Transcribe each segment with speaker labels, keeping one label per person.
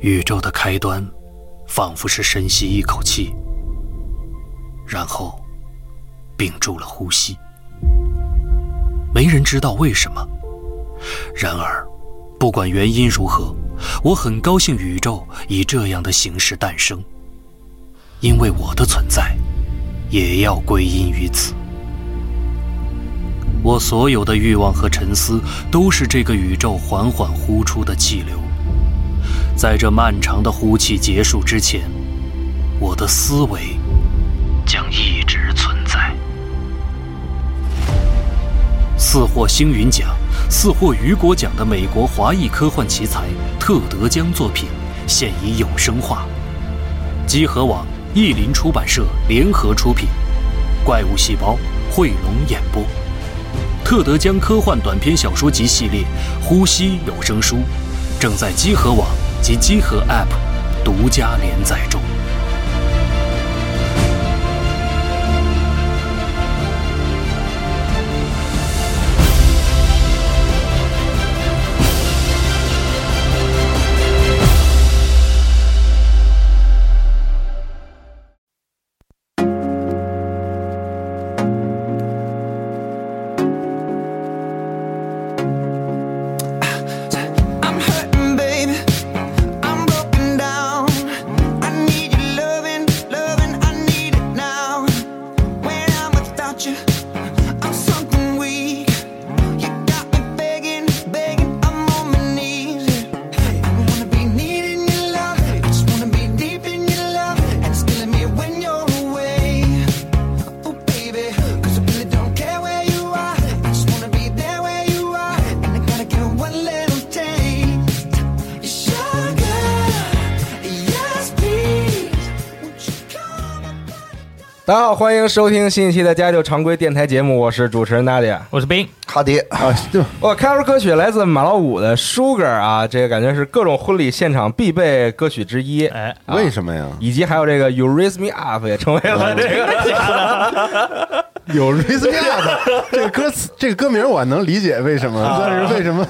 Speaker 1: 宇宙的开端，仿佛是深吸一口气，然后屏住了呼吸。没人知道为什么。然而，不管原因如何，我很高兴宇宙以这样的形式诞生，因为我的存在也要归因于此。我所有的欲望和沉思，都是这个宇宙缓缓呼出的气流。在这漫长的呼气结束之前，我的思维将一直存在。四获星云奖、四获雨果奖的美国华裔科幻奇才特德·江作品，现已有声化，集合网、译林出版社联合出品，《怪物细胞》汇龙演播。特德·江科幻短篇小说集系列《呼吸》有声书，正在积禾网及积禾 App 独家连载中。
Speaker 2: I'm hurting, baby. I'm broken down. I need your loving, loving. I need it now. When I'm without you, I'm something weak. You got me begging, begging. I'm on my knees. I don't wanna be needing your love. I just wanna be deep in your love, and it's killing me when you're away. Oh baby, 'cause I really don't care where you are. I just wanna be there where you are, and I gotta get one little taste. Sugar, yes please. Won't you come and
Speaker 3: 大家好，欢迎收听新一期的家教常规电台节目，我是主持人娜姐。
Speaker 4: 我是冰，
Speaker 5: 哈迪
Speaker 3: 啊，对，我开头歌曲来自马老五的《Sugar》啊，这个感觉是各种婚礼现场必备歌曲之一。
Speaker 4: 哎，
Speaker 3: 啊
Speaker 5: 为什么呀？
Speaker 3: 以及还有这个《You Raise Me Up》也成为了这个，
Speaker 5: 有 Raise Me Up 这个歌词，这个歌名我能理解为什么，但是为什么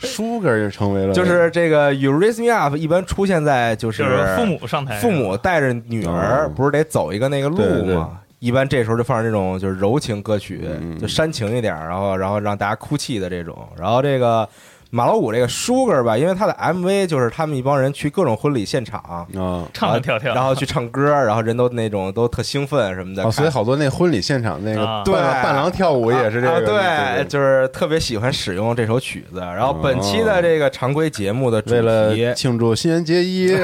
Speaker 5: Sugar 就成为了
Speaker 3: 啊就是这个《You Raise Me Up》一般出现在就是
Speaker 4: 就是父母上台，
Speaker 3: 父母带着女儿，
Speaker 5: 嗯
Speaker 3: 不是得走一个那个
Speaker 5: 对
Speaker 3: 路
Speaker 5: 对
Speaker 3: 嘛？一般这时候就放这种就是柔情歌曲，
Speaker 5: 嗯
Speaker 3: 就煽情一点，然后然后让大家哭泣的这种。然后这个马老五这个 Sugar 吧，因为他的 MV 就是他们一帮人去各种婚礼现场，
Speaker 5: 啊？
Speaker 4: 唱唱跳跳，
Speaker 3: 然后去唱歌，然后人都那种都特兴奋什么的。
Speaker 5: 哦，所以
Speaker 3: 看
Speaker 5: 好多那婚礼现场那个
Speaker 4: 啊
Speaker 5: 伴郎伴郎跳舞也是这
Speaker 3: 啊
Speaker 5: 个，
Speaker 3: 对，就是特别喜欢使用这首曲子。然后本期的这个常规节目的主
Speaker 5: 哦为了
Speaker 3: 题，
Speaker 5: 庆祝新垣 结衣结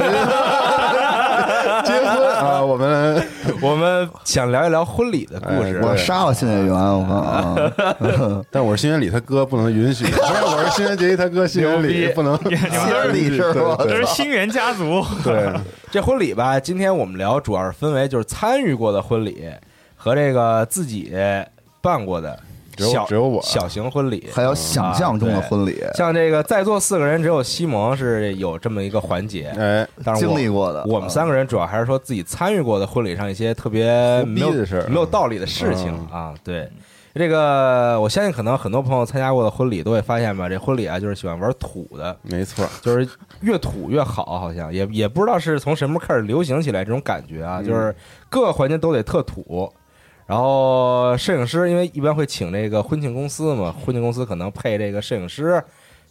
Speaker 5: 婚啊，我们
Speaker 3: 我们想聊一聊婚礼的故事
Speaker 5: 哎。
Speaker 6: 我杀了新演员，我靠啊！
Speaker 5: 但我是新垣里他哥，不 能允许。不是，我是新垣结衣他哥，新垣里
Speaker 4: 牛逼
Speaker 5: 不能。
Speaker 4: 你们都
Speaker 6: 婚
Speaker 4: 是
Speaker 6: 礼是吧？
Speaker 4: 都是星源家 族，
Speaker 5: 对，
Speaker 3: 这婚礼吧，今天我们聊主要是分为就是参与过的婚礼和这个自己办过的
Speaker 5: 只有
Speaker 3: 小
Speaker 5: 只有我
Speaker 3: 小型婚礼。
Speaker 6: 还有想象中的婚礼，
Speaker 3: 啊像这个在座四个人，只有西蒙是有这么一个环节，
Speaker 5: 哎，
Speaker 3: 但是我
Speaker 6: 经历过的
Speaker 3: 我们三个人主要还是说自己参与过的婚礼上一些特别
Speaker 5: 胡逼
Speaker 3: 没有
Speaker 5: 的事儿嗯
Speaker 3: 没有道理的事情啊。对，这个我相信可能很多朋友参加过的婚礼都会发现吧，这婚礼啊就是喜欢玩土的，
Speaker 5: 没错，
Speaker 3: 就是越土越好，好像也也不知道是从什么时候开始流行起来这种感觉啊，就是各个环节都得特土。然后摄影师，因为一般会请这个婚庆公司嘛，婚庆公司可能配这个摄影师、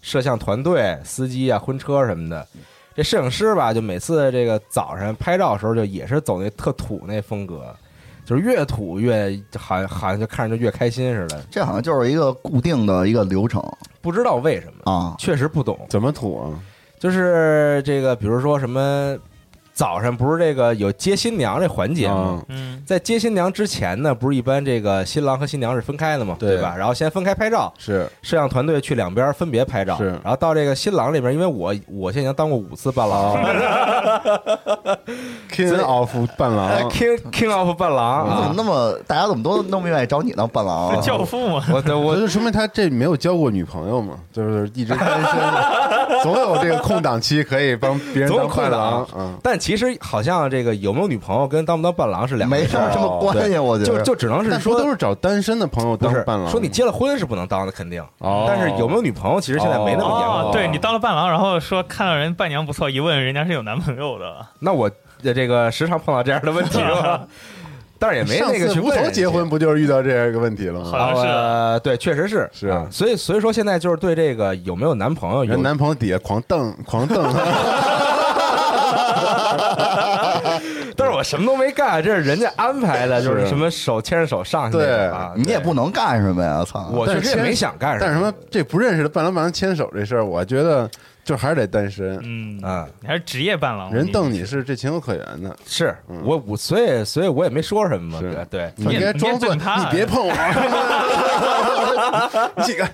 Speaker 3: 摄像团队、司机啊、婚车什么的。这摄影师吧，就每次这个早上拍照的时候，就也是走那特土那风格，就是越土越好像好像就看着就越开心似的，
Speaker 6: 这好像就是一个固定的一个流程
Speaker 3: 不知道为什么，
Speaker 6: 啊。
Speaker 3: 确实不懂。
Speaker 5: 怎么土啊？
Speaker 3: 就是这个，比如说什么，早上不是这个有接新娘这环节吗？
Speaker 5: 啊
Speaker 4: 嗯，
Speaker 3: 在接新娘之前呢，不是一般这个新郎和新娘是分开的嘛，
Speaker 5: 对
Speaker 3: 对吧？然后先分开拍照，
Speaker 5: 是
Speaker 3: 摄像团队去两边分别拍照，
Speaker 5: 是
Speaker 3: 然后到这个新郎这边，因为我我现在已经当过五次伴郎了
Speaker 6: 哦
Speaker 5: King of 伴 郎，
Speaker 3: ，King King of 伴郎
Speaker 6: 你怎么
Speaker 3: 啊，
Speaker 6: 那么大家怎么都那么愿意找你当伴郎啊？
Speaker 4: 教父嘛，
Speaker 3: 我我
Speaker 5: 我 就说明他这没有交过女朋友嘛， 就是一直单身，总有这个空档期可以帮别人
Speaker 3: 总有
Speaker 5: 当
Speaker 3: 空
Speaker 5: 伴郎
Speaker 6: 啊
Speaker 3: 档。
Speaker 5: 嗯，
Speaker 3: 但其实好像这个有没有女朋友跟当不当伴郎是两回
Speaker 6: 没
Speaker 3: 事
Speaker 6: 什
Speaker 3: 儿
Speaker 6: 么什么关系，我觉
Speaker 3: 就
Speaker 6: 得
Speaker 3: 就只能是
Speaker 5: 但说
Speaker 3: 说
Speaker 5: 都是找单身的朋友
Speaker 3: 不
Speaker 5: 当
Speaker 3: 是
Speaker 5: 伴郎，
Speaker 3: 说你结了婚是不能当的，肯定。
Speaker 5: 哦
Speaker 3: 但是有没有女朋友，其实现在没那么严
Speaker 4: 哦
Speaker 3: 格。，啊
Speaker 4: 对你当了伴郎，然后说看到人伴娘不错，一问人家是有男朋友的，
Speaker 3: 那我呃这个时常碰到这样的问 题是吧？但是也没
Speaker 5: 上
Speaker 3: 那个
Speaker 5: 次
Speaker 3: 去
Speaker 5: 无
Speaker 3: 问
Speaker 5: 头
Speaker 3: 人
Speaker 5: 结
Speaker 3: 家
Speaker 5: 婚不就是遇到这样一个问题了
Speaker 4: 好
Speaker 5: 吗？
Speaker 4: 像啊是
Speaker 3: 呃，对，确实是
Speaker 5: 是
Speaker 3: 啊所以所以说现在就是对这个有没有男朋友有
Speaker 5: 人男朋友底下狂瞪狂瞪，
Speaker 3: 但是我什么都没干，这是人家安排的，就是
Speaker 5: 是
Speaker 3: 什么手牵着手上去那
Speaker 5: 对
Speaker 3: 个啊，
Speaker 6: 你也不能干什么呀，操！
Speaker 3: 我确
Speaker 5: 但
Speaker 3: 实
Speaker 5: 是
Speaker 3: 也
Speaker 5: 牵
Speaker 3: 没想干
Speaker 5: 但是什么这不认识的伴郎伴郎牵手这事儿，我觉得就还是得单身。
Speaker 4: 嗯，
Speaker 3: 啊，
Speaker 4: 你还是职业伴郎，
Speaker 5: 人
Speaker 4: 你
Speaker 5: 瞪
Speaker 3: 嗯
Speaker 5: 你是这情有可原的，
Speaker 3: 是我我所以所以我也没说什么嘛，
Speaker 5: 嗯是
Speaker 3: 对
Speaker 5: 你
Speaker 4: 你
Speaker 5: 应
Speaker 4: 也
Speaker 5: 该装作
Speaker 4: 你也瞪他
Speaker 5: 你别碰 我，你几个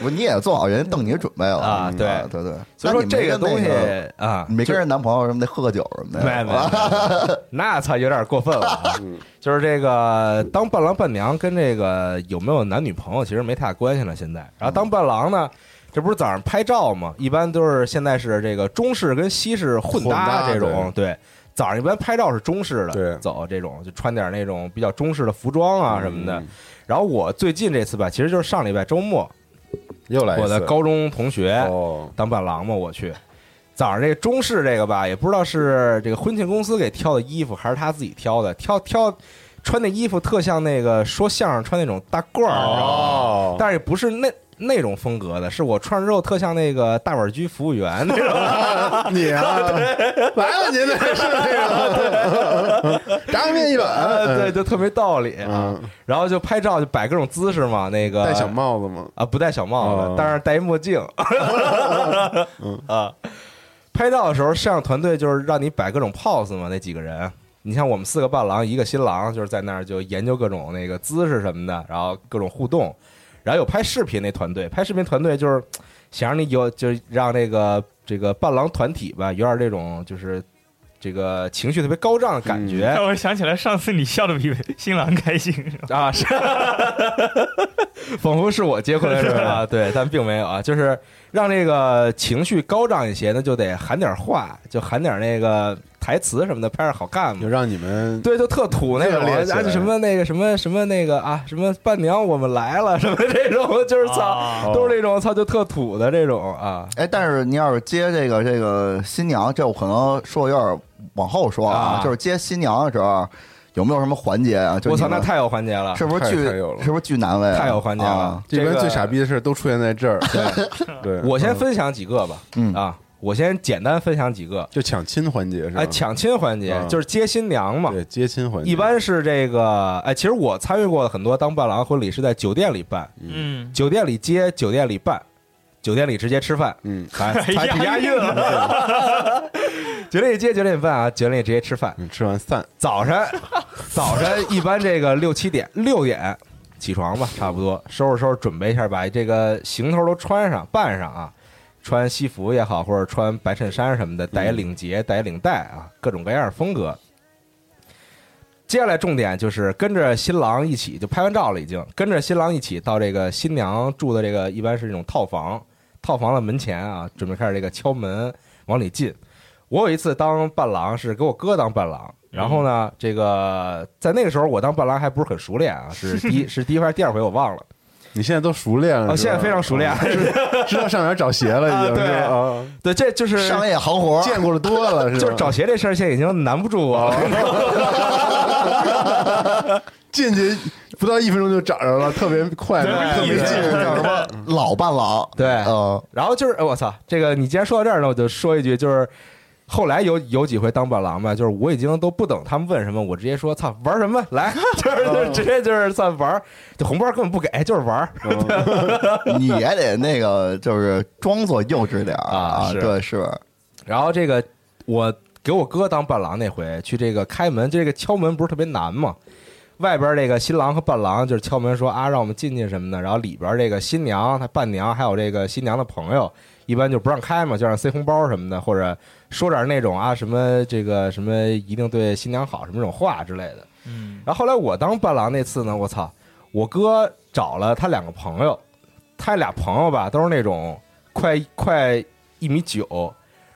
Speaker 6: 不，你也做好人家瞪你的准备了
Speaker 3: 啊
Speaker 6: 嗯
Speaker 3: 对
Speaker 6: 对对。
Speaker 3: 所以说
Speaker 6: 那你没
Speaker 3: 这个
Speaker 6: 跟那
Speaker 3: 东西
Speaker 6: 个
Speaker 3: 啊，
Speaker 6: 你没
Speaker 3: 就
Speaker 6: 跟人男朋友什么的喝个酒什么的，
Speaker 3: 没没， 没那操有点过分了啊。就是这个当伴郎伴娘跟这个有没有男女朋友其实没太大关系了。现在，然后当伴郎呢，这不是早上拍照吗？一般都是现在是这个中式跟西式混搭
Speaker 5: 混搭
Speaker 3: 这种，对。早上一般拍照是中式的，
Speaker 5: 对
Speaker 3: 走这种就穿点那种比较中式的服装啊什么的
Speaker 5: 嗯。
Speaker 3: 然后我最近这次吧，其实就是上礼拜周末，
Speaker 5: 又来一次
Speaker 3: 我的高中同学，
Speaker 5: 哦，
Speaker 3: 当伴郎嘛，我去。早上这个中式这个吧，也不知道是这个婚庆公司给挑的衣服，还是他自己挑的，挑挑穿那衣服特像那个说相声穿那种大褂儿，啊你知道吗
Speaker 5: 哦
Speaker 3: 但是也不是那那种风格的，是我穿上之后特像那个大碗居服务员那 种。
Speaker 5: 你啊，来了您这是这个，炸面一碗，
Speaker 3: 啊对，就特没道理。
Speaker 5: 嗯，
Speaker 3: 然后就拍照，就摆各种姿势嘛，那个
Speaker 5: 戴小帽子吗？
Speaker 3: 啊，不戴小帽子
Speaker 5: 哦，
Speaker 3: 但是戴一墨镜。啊，拍照的时候，摄像团队就是让你摆各种 pose 嘛，那几个人。你像我们四个伴郎，一个新郎，就是在那儿就研究各种那个姿势什么的，然后各种互动，然后有拍视频那团队，拍视频团队就是想让你有，就是让这个这个伴郎团体吧，有点这种就是这个情绪特别高涨的感觉，
Speaker 4: 哎让我想起来上次你笑的比新郎开心，是吧
Speaker 3: 啊，是， 仿佛是我结婚了是吧？对，但并没有啊，就是让这个情绪高涨一些，那就得喊点话，就喊点那个台词什么的，拍着好看
Speaker 5: 就
Speaker 3: 嘛。
Speaker 5: 让你们
Speaker 3: 嗯对，就特土那种，
Speaker 5: 热烈起来
Speaker 3: 啊，什么那个什么什么那个啊，什么伴娘我们来了，什么这种，就是操，
Speaker 4: 啊
Speaker 3: 都是那种操就特土的这种啊
Speaker 6: 哎，但是你要是接这个这个新娘，这我可能说有点往后说
Speaker 3: 啊
Speaker 6: 就是接新娘的时候有没有什么环节啊？就
Speaker 3: 我操，
Speaker 6: 你
Speaker 3: 那
Speaker 6: 们
Speaker 3: 太有环节了，
Speaker 6: 是不是
Speaker 5: 太
Speaker 6: 巨
Speaker 5: 太有了
Speaker 6: 是不是巨难为啊？
Speaker 3: 啊太有环节了
Speaker 6: 啊。
Speaker 5: 这边
Speaker 3: 个
Speaker 5: 最傻逼的事儿都出现在这儿，对，对
Speaker 3: 我先分享几个吧，
Speaker 6: 嗯
Speaker 3: 啊，我先简单分享几个，
Speaker 5: 就抢亲环节是吧？
Speaker 3: 哎，抢亲环节
Speaker 5: 啊
Speaker 3: 就是接新娘嘛，
Speaker 5: 对接亲环节
Speaker 3: 一般是这个，哎，其实我参与过的很多当伴郎婚礼是在酒店里办，
Speaker 4: 嗯，
Speaker 3: 酒店里接，酒店里办，酒店里直接吃饭，
Speaker 5: 嗯
Speaker 3: 还
Speaker 4: 哎
Speaker 3: 还挺押韵了。 酒店里接，酒店里办啊，酒店里直接吃饭。
Speaker 5: 嗯吃完散
Speaker 3: 早晨，早晨一般这个六七点，六点起床吧，差不多收拾收拾，准备一下，把这个行头都穿上，办上啊。穿西服也好，或者穿白衬衫什么的，带一领结，带一领带啊，各种各样的风格。接下来重点就是跟着新郎一起，就拍完照了，已经跟着新郎一起到这个新娘住的这个一般是这种套房，套房的门前啊，准备开始这个敲门往里进。我有一次当伴郎是给我哥当伴郎，然后呢，这个在那个时候我当伴郎还不是很熟练啊，是第一是第一回还是第二回我忘了，
Speaker 5: 你现在都熟练了，
Speaker 3: 哦，
Speaker 5: 是
Speaker 3: 现
Speaker 5: 吧
Speaker 3: 在非常熟练，，
Speaker 5: 知道上哪儿找鞋了，已经
Speaker 3: 啊对
Speaker 5: 是吧啊，
Speaker 3: 对，这就是
Speaker 6: 商业行活，
Speaker 5: 见过的多了，是吧
Speaker 3: 就是找鞋这事儿现在已经难不住我了。
Speaker 5: 进去不到一分钟就找着了，特别快，特别
Speaker 6: 这
Speaker 5: 近，
Speaker 6: 叫什么老伴郎？
Speaker 3: 对
Speaker 6: 嗯，
Speaker 3: 然后就是，哎我操，这个你既然说到这儿呢，我就说一句，就是后来有有几回当伴郎吧，就是我已经都不等他们问什么，我直接说操玩什么来， 就是就是直接就是算玩儿，这红包根本不给，就是玩儿。
Speaker 6: 你也得那个，就是装作幼稚点儿
Speaker 3: 啊是
Speaker 6: 对，是，
Speaker 3: 然后这个我给我哥当伴郎那回去这个开门，就这个敲门不是特别难嘛。外边这个新郎和伴郎就是敲门说啊，让我们进去什么的。然后里边这个新娘、她伴娘还有这个新娘的朋友，一般就不让开嘛，就让塞红包什么的，或者说点那种啊什么这个什么一定对新娘好什么这种话之类的。
Speaker 4: 嗯，
Speaker 3: 然后后来我当伴郎那次呢，我操，我哥找了他两个朋友，他俩朋友吧都是那种快快一米九，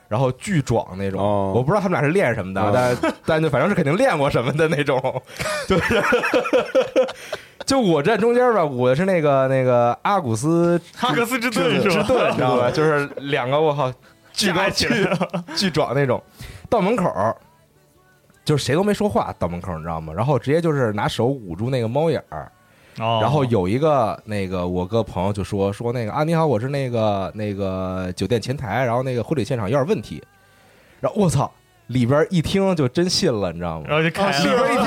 Speaker 3: 然后巨壮那种。
Speaker 5: 哦
Speaker 3: 我不知道他们俩是练什么的，
Speaker 5: 哦
Speaker 3: 但但就反正是肯定练过什么的那种， 就是就我站中间吧，我是那个那个阿古斯
Speaker 4: 哈克斯之盾是
Speaker 3: 之
Speaker 4: 吧？
Speaker 3: 盾，你知道 吧？就是两个我靠巨高
Speaker 4: 架起
Speaker 3: 巨
Speaker 4: 来了，
Speaker 3: 巨壮那种，到门口儿就是谁都没说话，到门口儿你知道吗？然后直接就是拿手捂住那个猫眼儿。
Speaker 4: 哦
Speaker 3: 然后有一个那个我个朋友就说说那个啊你好，我是那个那个酒店前台，然后那个婚礼现场有点问题，然后我操，里边一听就真信了，你知道吗
Speaker 5: 啊
Speaker 4: 然？后就开
Speaker 3: 里边
Speaker 4: 了，
Speaker 3: 一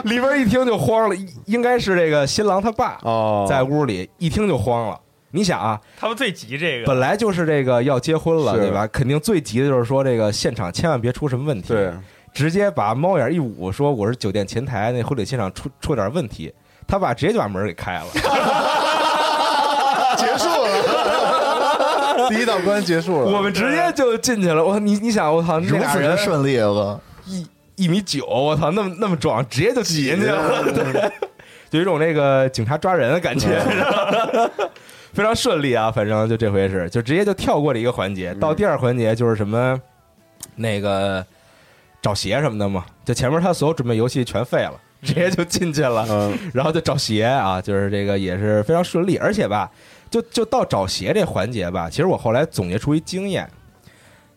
Speaker 3: 听，里边一听就慌了，应应该是这个新郎他爸
Speaker 5: 哦，
Speaker 3: 在屋里，一听就慌了。你想啊，
Speaker 4: 他们最急这个，
Speaker 3: 本来就是这个要结婚了，
Speaker 5: 是
Speaker 3: 对吧？肯定最急的就是说这个现场千万别出什么问题。
Speaker 5: 对，
Speaker 3: 直接把猫眼一捂，说我是酒店前台，那婚礼现场出出点问题，他爸直接就把门给开了。
Speaker 5: 结束了， 第一道关结束了。
Speaker 3: 我们直接就进去了。我你你想，我操，那
Speaker 6: 如
Speaker 3: 俩
Speaker 6: 此之
Speaker 3: 人
Speaker 6: 顺利，我
Speaker 3: 一一米九，我操，那么那么壮，直接就挤进去了，对，就有一种那个警察抓人的感觉， 非常顺利啊。反正就这回是，就直接就跳过了一个环
Speaker 5: 嗯
Speaker 3: 节，到第二环节就是什么那个找鞋什么的嘛，就前面他所有准备游戏全废了，直接就进去了。
Speaker 5: 嗯，
Speaker 3: 然后就找鞋啊，就是这个也是非常顺利，而且吧，就就到找鞋这环节吧，其实我后来总结出一经验，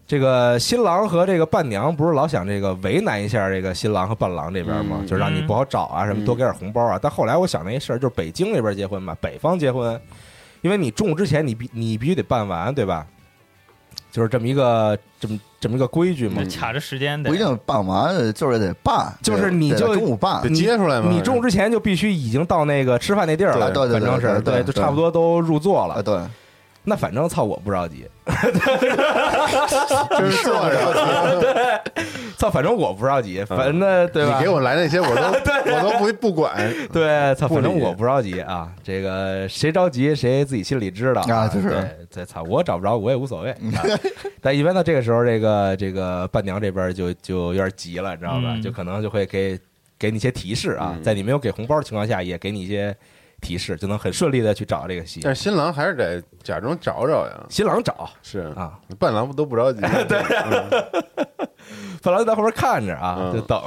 Speaker 3: 这个新郎和这个伴娘不是老想这个为难一下这个新郎和伴郎这边吗？
Speaker 5: 嗯
Speaker 3: 就是让你不好找啊，
Speaker 6: 嗯
Speaker 3: 什么多给点红包啊。但后来我想那一事儿，就是北京那边结婚嘛，北方结婚，因为你中午之前你必你必须得办完，对吧？就是这么一个这么这么一个规矩嘛
Speaker 5: 嗯。
Speaker 4: 卡着时间得
Speaker 6: 不一定办完，就是得办，
Speaker 3: 就是
Speaker 6: 得
Speaker 3: 你
Speaker 6: 得
Speaker 3: 就
Speaker 6: 在中午办
Speaker 5: 得，接出来嘛。
Speaker 3: 你中午之前就必须已经到那个吃饭那地儿了，
Speaker 6: 嗯对对对
Speaker 3: 反正是
Speaker 6: 对对对
Speaker 3: 就差不多都入座了
Speaker 6: 啊，。对，
Speaker 3: 那反正操，我不着急，
Speaker 5: 就是坐着，
Speaker 3: 操，反正我不着
Speaker 6: 嗯
Speaker 3: 急，反正呢，对吧？
Speaker 5: 你给我来那些我 都我都不不管。
Speaker 3: 对，操，
Speaker 5: 嗯不
Speaker 3: 反
Speaker 5: 理
Speaker 3: 正我不着急啊。这个谁着急谁自己心里知道
Speaker 6: 啊就是
Speaker 3: 对对，操，我找不着我也无所谓。啊 但一般到这个时候，这个这个伴娘这边就就有点急了，你知道吧？
Speaker 4: 嗯
Speaker 3: 就可能就会给给你一些提示啊，
Speaker 5: 嗯
Speaker 3: 在你没有给红包的情况下，也给你一些提示，就能很顺利的去找这个戏。
Speaker 5: 但是新郎还是得假装找找呀，
Speaker 3: 新郎找
Speaker 5: 是
Speaker 3: 啊，
Speaker 5: 伴郎不都不着急？ 嗯对，啊
Speaker 3: 伴郎就在后边看着啊，
Speaker 5: 嗯
Speaker 3: 就等。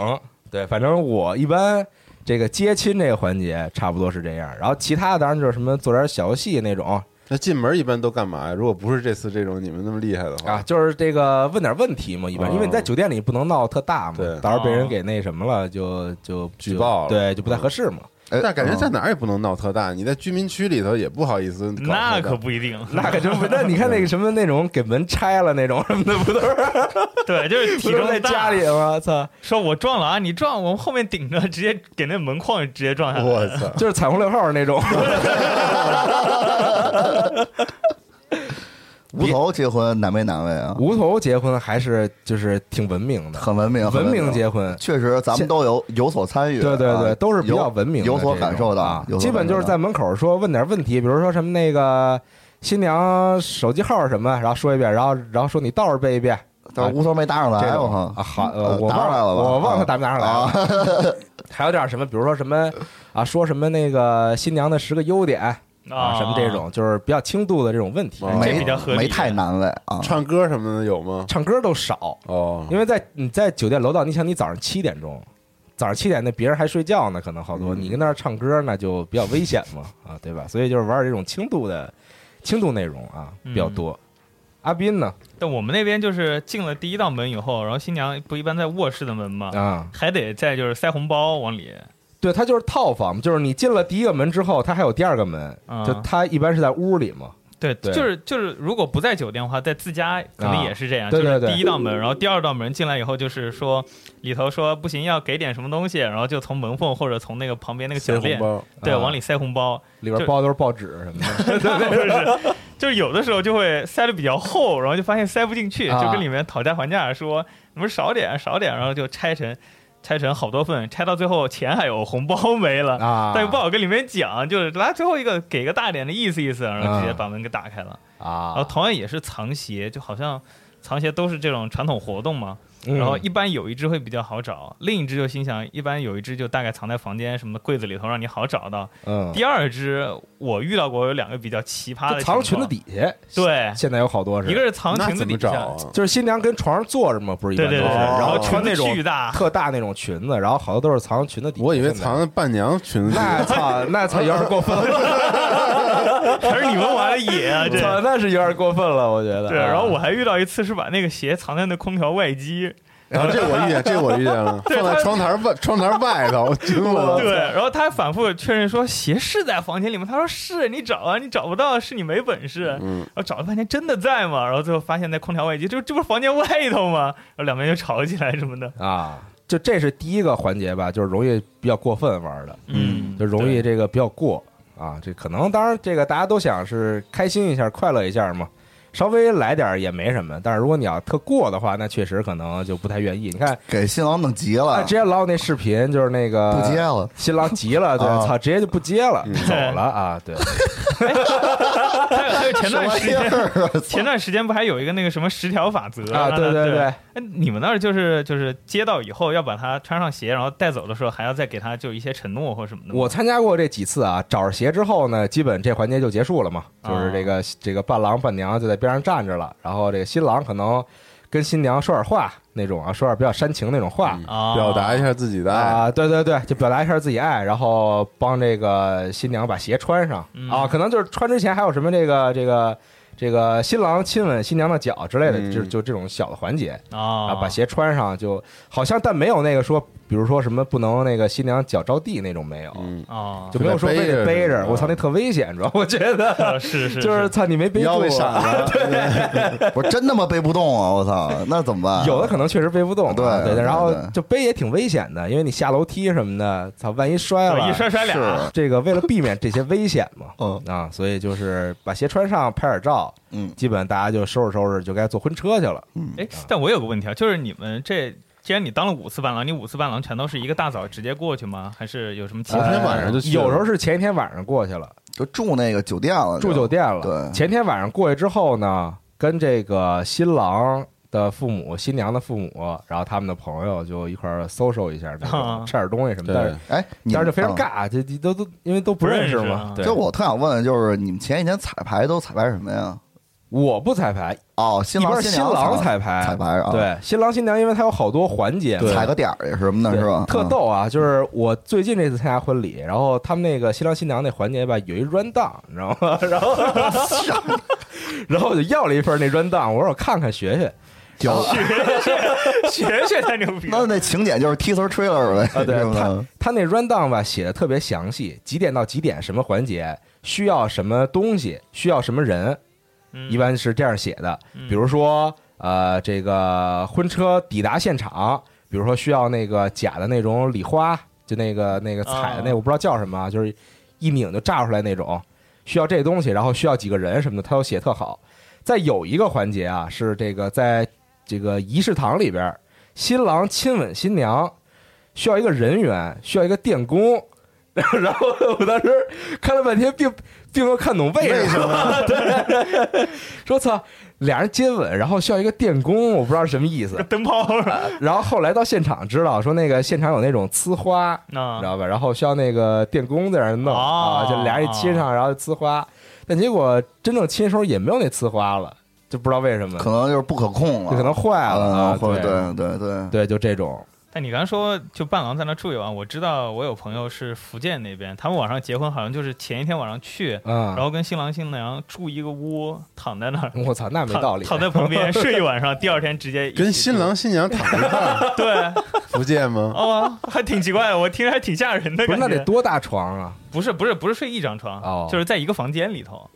Speaker 3: 对，反正我一般这个接亲这个环节差不多是这样，然后其他的当然就是什么做点小游戏那种
Speaker 5: 那进门一般都干嘛呀？如果不是这次这种你们那么厉害的话
Speaker 3: 啊，，就是这个问点问题嘛，一般，
Speaker 6: 嗯
Speaker 5: 哦
Speaker 3: 因为你在酒店里不能闹特大嘛
Speaker 5: 对，
Speaker 3: 到时候被人给那什么了，就就
Speaker 5: 举
Speaker 3: 就
Speaker 5: 报了
Speaker 3: 对，就不太合适嘛。
Speaker 6: 哎
Speaker 5: 但感觉在哪儿也不能闹特大，你在居民区里头也不好意思搞特大。
Speaker 4: 那可不一定，
Speaker 3: 那可真不，那你看那个什么那种给门拆了那种 什么的，不都是
Speaker 4: 对，就是
Speaker 3: 不
Speaker 4: 体
Speaker 3: 都
Speaker 4: 重
Speaker 3: 是在
Speaker 4: 大
Speaker 3: 家里，吗？操，
Speaker 4: 说我撞了啊，你撞我，后面顶着，直接给那门框直接撞下来。
Speaker 5: 我操！
Speaker 3: 就是彩虹六号那 种。
Speaker 6: 无头结婚难没难为啊？
Speaker 3: 无头结婚还是就是挺文明的，
Speaker 6: 很文明，很
Speaker 3: 文明
Speaker 6: 明
Speaker 3: 结婚，
Speaker 6: 确实，咱们都有有所参与，
Speaker 3: 对对
Speaker 6: 啊
Speaker 3: 对，都是比较
Speaker 6: 有
Speaker 3: 文明的
Speaker 6: 有所
Speaker 3: 这种
Speaker 6: 感受的
Speaker 3: 啊
Speaker 6: 有所
Speaker 3: 基本就是
Speaker 6: 感受的
Speaker 3: 在门口说问点问题，比如说什么那个新娘手机号什么，然后说一遍，然后然后说你倒着背一遍。
Speaker 6: 但是无头没搭上
Speaker 3: 啊这
Speaker 6: 来，
Speaker 3: 种
Speaker 6: 我靠
Speaker 3: 啊，好，呃
Speaker 6: 呃
Speaker 3: 我
Speaker 6: 搭
Speaker 3: 忘
Speaker 6: 上来了吧？
Speaker 3: 我忘
Speaker 6: 啊
Speaker 3: 了打没打上来
Speaker 6: 啊
Speaker 3: 了。 还有点什么，比如说什么啊，说什么那个新娘的十个优点啊，什么这种，就是比较轻度的这种问题。
Speaker 5: 哦
Speaker 4: 这
Speaker 6: 没
Speaker 4: 比较合理
Speaker 6: 没太难为啊。
Speaker 5: 唱歌什么的有吗？
Speaker 3: 唱歌都少，
Speaker 5: 哦，
Speaker 3: 因为在你在酒店楼道，你想你早上七点钟，早上七点那别人还睡觉呢，可能好多，
Speaker 5: 嗯
Speaker 3: 你跟那儿唱歌那就比较危险嘛，啊，对吧？所以就是玩这种轻度的轻度内容啊比较多。阿斌呢？
Speaker 4: 但我们那边就是进了第一道门以后，然后新娘不一般在卧室的门嘛，
Speaker 3: 啊，
Speaker 4: 还得再就是塞红包往里，
Speaker 3: 对，他就是套房，就是你进了第一个门之后，他还有第二个门，
Speaker 4: 啊
Speaker 3: 就他一般是在屋里嘛。
Speaker 4: 对，
Speaker 3: 对
Speaker 4: 就是就是，如果不在酒店的话，在自家可能也是这样，
Speaker 3: 啊对对
Speaker 4: 就
Speaker 3: 对
Speaker 4: 是第一道门，然后第二道门进来以后，就是说里头说不行，要给点什么东西，然后就从门缝或者从那个旁边那个
Speaker 5: 塞
Speaker 4: 脚
Speaker 5: 红
Speaker 4: 链，
Speaker 5: 包，
Speaker 4: 对，
Speaker 3: 啊
Speaker 4: 往里塞红包，
Speaker 3: 里边
Speaker 4: 就
Speaker 3: 包的都是报纸什么的，
Speaker 4: 不是是，就是有的时候就会塞的比较厚，然后就发现塞不进去，
Speaker 3: 啊
Speaker 4: 就跟里面讨价还价说你们少点少点，然后就拆成拆成好多份，拆到最后钱还有，红包没了。
Speaker 3: 啊，
Speaker 4: 但又不好跟里面讲，就是来最后一个给个大点的意思意思，然后直接
Speaker 3: 啊
Speaker 4: 把门给打开了。然后
Speaker 3: 啊，
Speaker 4: 同样也是藏鞋，就好像藏鞋都是这种传统活动嘛。
Speaker 3: 嗯
Speaker 4: 然后一般有一只会比较好找，另一只就心想，一般有一只就大概藏在房间什么的柜子里头，让你好找到。
Speaker 3: 嗯，
Speaker 4: 第二只我遇到过有两个比较奇葩
Speaker 3: 就
Speaker 4: 的情
Speaker 3: 藏
Speaker 4: 况，
Speaker 3: 裙子底下，
Speaker 4: 对，
Speaker 3: 现在有好多是
Speaker 4: 一个是藏
Speaker 5: 那
Speaker 4: 裙子
Speaker 5: 怎
Speaker 4: 底
Speaker 5: 么找
Speaker 4: 下
Speaker 5: 啊，？
Speaker 3: 就是新娘跟床上坐着嘛，不是一
Speaker 4: 对
Speaker 3: 般都
Speaker 4: 对
Speaker 3: 是，
Speaker 4: 对，
Speaker 5: 哦
Speaker 3: 然后穿
Speaker 4: 裙
Speaker 3: 那
Speaker 4: 子
Speaker 3: 种
Speaker 4: 巨大，
Speaker 3: 特大那种裙子，然后好多都是藏裙子底下。
Speaker 5: 我以为
Speaker 3: 现在
Speaker 5: 藏在伴娘裙子里。
Speaker 3: 那操，那操有点过分 了，
Speaker 4: 还是你们玩的野啊 这。
Speaker 3: 操那是有点过分了，我觉得。
Speaker 4: 对，然后我还遇到一次是把那个鞋藏在那空调外机，
Speaker 5: 然后这我遇见，这我遇 见了，放在窗台外窗台外头，我惊
Speaker 3: 哦
Speaker 5: 了。
Speaker 4: 对，然后他还反复确认说鞋是在房间里吗？他说是，你找啊，你找不到，是你没本
Speaker 3: 嗯
Speaker 4: 事。
Speaker 5: 嗯
Speaker 4: 然后找了半天真的在吗？然后最后发现在空调外机，这这不是房间外头吗？然后两边就吵起来什么的。
Speaker 3: 啊，就这是第一个环节吧，就是容易比较过分玩的，
Speaker 4: 嗯
Speaker 3: 就容易这个比较过啊。这可能当然这个大家都想是开心一下、快乐一下嘛，稍微来点儿也没什么。但是如果你要特过的话，那确实可能就不太愿意。你看，
Speaker 6: 给新郎弄急
Speaker 3: 啊，
Speaker 6: 了，
Speaker 3: 之前老有那视频，就是那个
Speaker 6: 不接了。
Speaker 3: 新郎急了，对，
Speaker 6: 啊
Speaker 3: 操，直接就不接了，走了啊，对，
Speaker 4: 还有还有 前段时
Speaker 6: 什么
Speaker 4: 间
Speaker 6: 地。儿啊
Speaker 4: 前段时间不还有一个那个什么十条法则
Speaker 3: 啊对对
Speaker 4: 对
Speaker 3: 对
Speaker 4: 哎，你们那儿就是就是接到以后要把他穿上鞋，然后带走的时候还要再给他就一些承诺或什么的吗。
Speaker 3: 我参加过这几次啊，找着鞋之后呢，基本这环节就结束了嘛，就是这个、这个伴郎伴娘就在边上站着了，然后这个新郎可能跟新娘说点话那种啊，说点比较煽情那种话。
Speaker 4: 啊
Speaker 5: 表达一下自己的爱，
Speaker 3: 啊，对对对，就表达一下自己爱，然后帮这个新娘把鞋穿上、
Speaker 4: 嗯
Speaker 3: 啊，可能就是穿之前还有什么这个这个这个新郎亲吻新娘的脚之类的，
Speaker 5: 嗯
Speaker 3: 就就这种小的环节啊，
Speaker 4: 啊，
Speaker 3: 把鞋穿上就好像，但没有那个说，比如说什么不能那个新娘脚着地那种没有，
Speaker 5: 嗯，
Speaker 4: 啊，
Speaker 3: 就没有说非得背
Speaker 5: 背
Speaker 3: 着
Speaker 5: 着，
Speaker 3: 我操，那特危险，主要我觉得
Speaker 4: 呃是是
Speaker 3: 就是操你没背住
Speaker 5: 腰，被闪 了，
Speaker 6: 我真他妈啊 背不动啊！我操，那怎么办？
Speaker 3: 有的可能确实背不动，啊
Speaker 6: 对
Speaker 3: 对
Speaker 6: 对
Speaker 3: 然后
Speaker 6: 对
Speaker 3: 就背也挺危险的，因为你下楼梯什么的，操，万一摔了，
Speaker 4: 一摔摔
Speaker 6: 是，
Speaker 4: 俩，
Speaker 3: 这个为了避免这些危险嘛
Speaker 6: 嗯
Speaker 3: 啊，所以就是把鞋穿上，拍点照，
Speaker 6: 嗯
Speaker 3: 基本大家就收拾收拾，就该坐婚车去了。
Speaker 4: 哎，但我有个问题啊，就是你们这，既然你当了五次伴郎，你五次伴郎全都是一个大早直接过去吗？还是有什么其
Speaker 5: 昨
Speaker 4: 他
Speaker 5: 天
Speaker 3: 呃
Speaker 4: 的？
Speaker 5: 晚上就去了
Speaker 3: 哎有时候是前一天晚上过去了，
Speaker 6: 就住那个酒店了，
Speaker 3: 住酒店了。
Speaker 6: 对
Speaker 3: 前天晚上过去之后呢，跟这个新郎的父母、新娘的父母，然后他们的朋友就一块儿搜搜一下，那
Speaker 4: 啊
Speaker 3: 种吃点东西什么的。但
Speaker 5: 对
Speaker 3: 是，
Speaker 6: 哎，你
Speaker 3: 但
Speaker 6: 们
Speaker 3: 是就非常
Speaker 6: 嗯
Speaker 3: 尬，这这都都因为都不
Speaker 4: 不
Speaker 3: 认识
Speaker 4: 认识
Speaker 3: 嘛
Speaker 4: 啊。
Speaker 3: 对
Speaker 6: 就我特想问的就是，你们前几天彩排都彩排什么呀？
Speaker 3: 我不彩排，
Speaker 6: 哦，
Speaker 3: 一
Speaker 6: 新
Speaker 3: 边
Speaker 6: 郎
Speaker 3: 儿
Speaker 6: 新
Speaker 3: 新
Speaker 6: 娘
Speaker 3: 郎
Speaker 6: 彩
Speaker 3: 彩排，
Speaker 6: 彩排啊，，
Speaker 3: 对新郎新娘，因为他有好多环节嘛，
Speaker 6: 踩个点儿也是什么的，
Speaker 3: 对
Speaker 6: 是吧？
Speaker 3: 特
Speaker 6: 嗯。
Speaker 3: 逗啊！就是我最近这次参加婚礼，然后他们那个新郎新娘那环节吧，有一 run down，你知道吗？ 然后， 然后我就要了一份那 run down，我说我看看学学。
Speaker 4: 学学太牛逼
Speaker 6: 哦那
Speaker 4: 了。
Speaker 6: 那情节就是 teaser trailer 呗，
Speaker 3: 啊，对
Speaker 6: 是
Speaker 3: 他
Speaker 6: 吧？
Speaker 3: 他那 run down 吧写的特别详细，几点到几点什么环节需要什么东西，需要什么人，
Speaker 4: 嗯
Speaker 3: 一般是这样写的。
Speaker 4: 嗯
Speaker 3: 比如说呃，这个婚车抵达现场，比如说需要那个假的那种礼花，就那个那个彩的那
Speaker 4: 啊
Speaker 3: 我不知道叫什么啊，就是一拧就炸出来那种，需要这东西，然后需要几个人什么的，他都写特好。在有一个环节啊，是这个在这个仪式堂里边儿，新郎亲吻新娘，需要一个人员，需要一个电工。 然后我当时看了半天，并并没有看懂为什么。对，说操，俩人接吻，然后需要一个电工，我不知道是什么意思。
Speaker 4: 嗯灯泡
Speaker 3: 然后后来到现场知道，说那个现场有那种呲花，
Speaker 4: 啊
Speaker 3: 知，道吧？然后需要那个电工在那儿弄
Speaker 4: 哦
Speaker 3: 啊，就俩人一亲上，然后呲花。但结果真正亲的时候也没有那呲花了，就不知道为什么，
Speaker 6: 可能就是不可控
Speaker 3: 就
Speaker 6: 了，
Speaker 3: 可能坏了啊
Speaker 6: 嗯，，或
Speaker 3: 对
Speaker 6: 者对对对，
Speaker 3: 对，就这种
Speaker 4: 但你刚才说就伴郎在那住一晚，我知道我有朋友是福建那边，他们晚上结婚好像就是前一天晚上去，然
Speaker 3: 啊。
Speaker 4: 后跟新郎新娘住一个屋，躺在那儿，
Speaker 3: 我操，那没
Speaker 4: 躺
Speaker 3: 道理。
Speaker 4: 躺在 旁边睡一晚上，第二天直接一起
Speaker 5: 跟新郎新娘躺一块儿，
Speaker 4: 住 对
Speaker 5: 福建吗？
Speaker 4: 哦，还挺奇怪的，我听着还挺吓人
Speaker 3: 不
Speaker 4: 的感
Speaker 3: 是，
Speaker 4: 觉。
Speaker 3: 那得多大床啊？
Speaker 4: 不是不是不是睡一张床，
Speaker 3: 哦
Speaker 4: 就是在一个房间里头，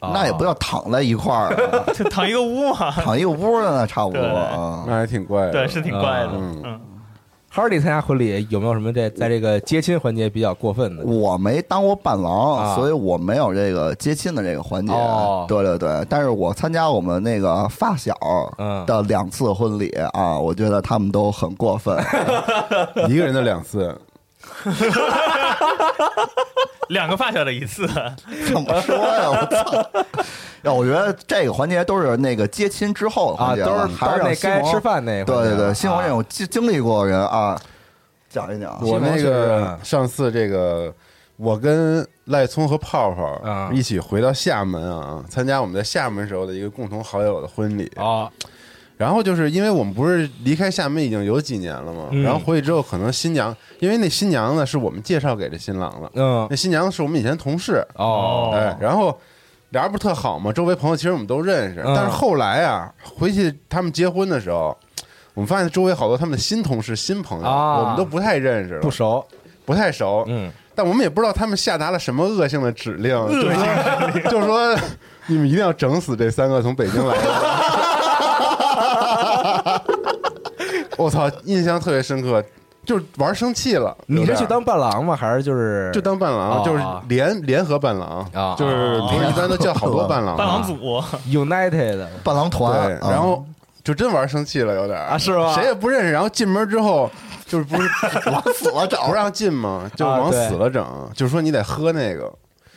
Speaker 6: 那也不
Speaker 3: 要
Speaker 6: 叫躺在一块儿啊，
Speaker 4: 就躺一个屋嘛。
Speaker 6: 躺一个屋的呢，差不多
Speaker 4: 对
Speaker 6: 啊。
Speaker 5: 那还挺怪的。
Speaker 4: 对，是挺怪的。
Speaker 5: 嗯
Speaker 4: 嗯，
Speaker 3: 哈尔里参加婚礼有没有什么这在这个接亲环节比较过分的？
Speaker 6: 我没当过伴郎，
Speaker 3: 啊
Speaker 6: 所以我没有这个接亲的这个环节。
Speaker 3: 哦
Speaker 6: 对对对，但是我参加我们那个发小
Speaker 3: 嗯
Speaker 6: 的两次婚礼、啊，我觉得他们都很 过分。
Speaker 5: 一个人的两次，
Speaker 4: 两个发小的一次，
Speaker 3: 啊
Speaker 6: 怎么说呀？我操！要我觉得这个环节都是那个接亲之后的
Speaker 3: 啊，
Speaker 6: 环节
Speaker 3: 都
Speaker 6: 了，
Speaker 3: 是
Speaker 6: 还
Speaker 3: 到
Speaker 6: 是让
Speaker 3: 那
Speaker 6: 新
Speaker 3: 该
Speaker 6: 王
Speaker 3: 吃饭那啊
Speaker 6: 对对对，新
Speaker 3: 王
Speaker 6: 王这种经经历过的人啊，讲一讲。
Speaker 5: 我 那
Speaker 3: 新啊闻
Speaker 5: 个上次这个，我跟赖聪和泡
Speaker 3: 啊
Speaker 5: 泡一起回到厦门啊，参加我们在厦门时候的一个共同好友的婚礼。
Speaker 3: 啊，
Speaker 5: 然后就是因为我们不是离开厦门已经有几年了嘛，
Speaker 3: 嗯
Speaker 5: 然后回去之后，可能新娘，因为那新娘呢是我们介绍给这新郎的，
Speaker 3: 嗯
Speaker 5: 那新娘是我们以前同事，
Speaker 3: 哦
Speaker 5: 哎，然后俩人不是特好嘛，周围朋友其实我们都认识，
Speaker 3: 嗯
Speaker 5: 但是后来啊，回去他们结婚的时候，我们发现周围好多他们的新同事、新朋友，
Speaker 3: 啊
Speaker 5: 我们都不太认识了，
Speaker 3: 不熟，
Speaker 5: 不太熟，
Speaker 3: 嗯
Speaker 5: 但我们也不知道他们下达了什么恶性的指令，就是说就是 说你们一定要整死这三个从北京来的。 我操，印象特别深刻，就是玩生气了。
Speaker 3: 你是去
Speaker 5: 有点儿
Speaker 3: 当伴郎吗？还是就是
Speaker 5: 就当伴郎，
Speaker 3: 哦
Speaker 5: 就是联联合伴郎
Speaker 3: 啊
Speaker 5: 就是不是一般都叫好多伴郎吗
Speaker 4: 伴郎组
Speaker 3: United
Speaker 6: 伴郎团
Speaker 5: 对，，
Speaker 6: 啊
Speaker 5: 然后就真玩生气了，有点儿
Speaker 3: 啊是吗
Speaker 5: 谁也不认识，然后进门之后就是 不是
Speaker 6: 往死了
Speaker 5: 不
Speaker 6: 找，
Speaker 5: 让进嘛，就
Speaker 3: 啊
Speaker 5: 往
Speaker 3: 对
Speaker 5: 死了整，就是说你得喝那个，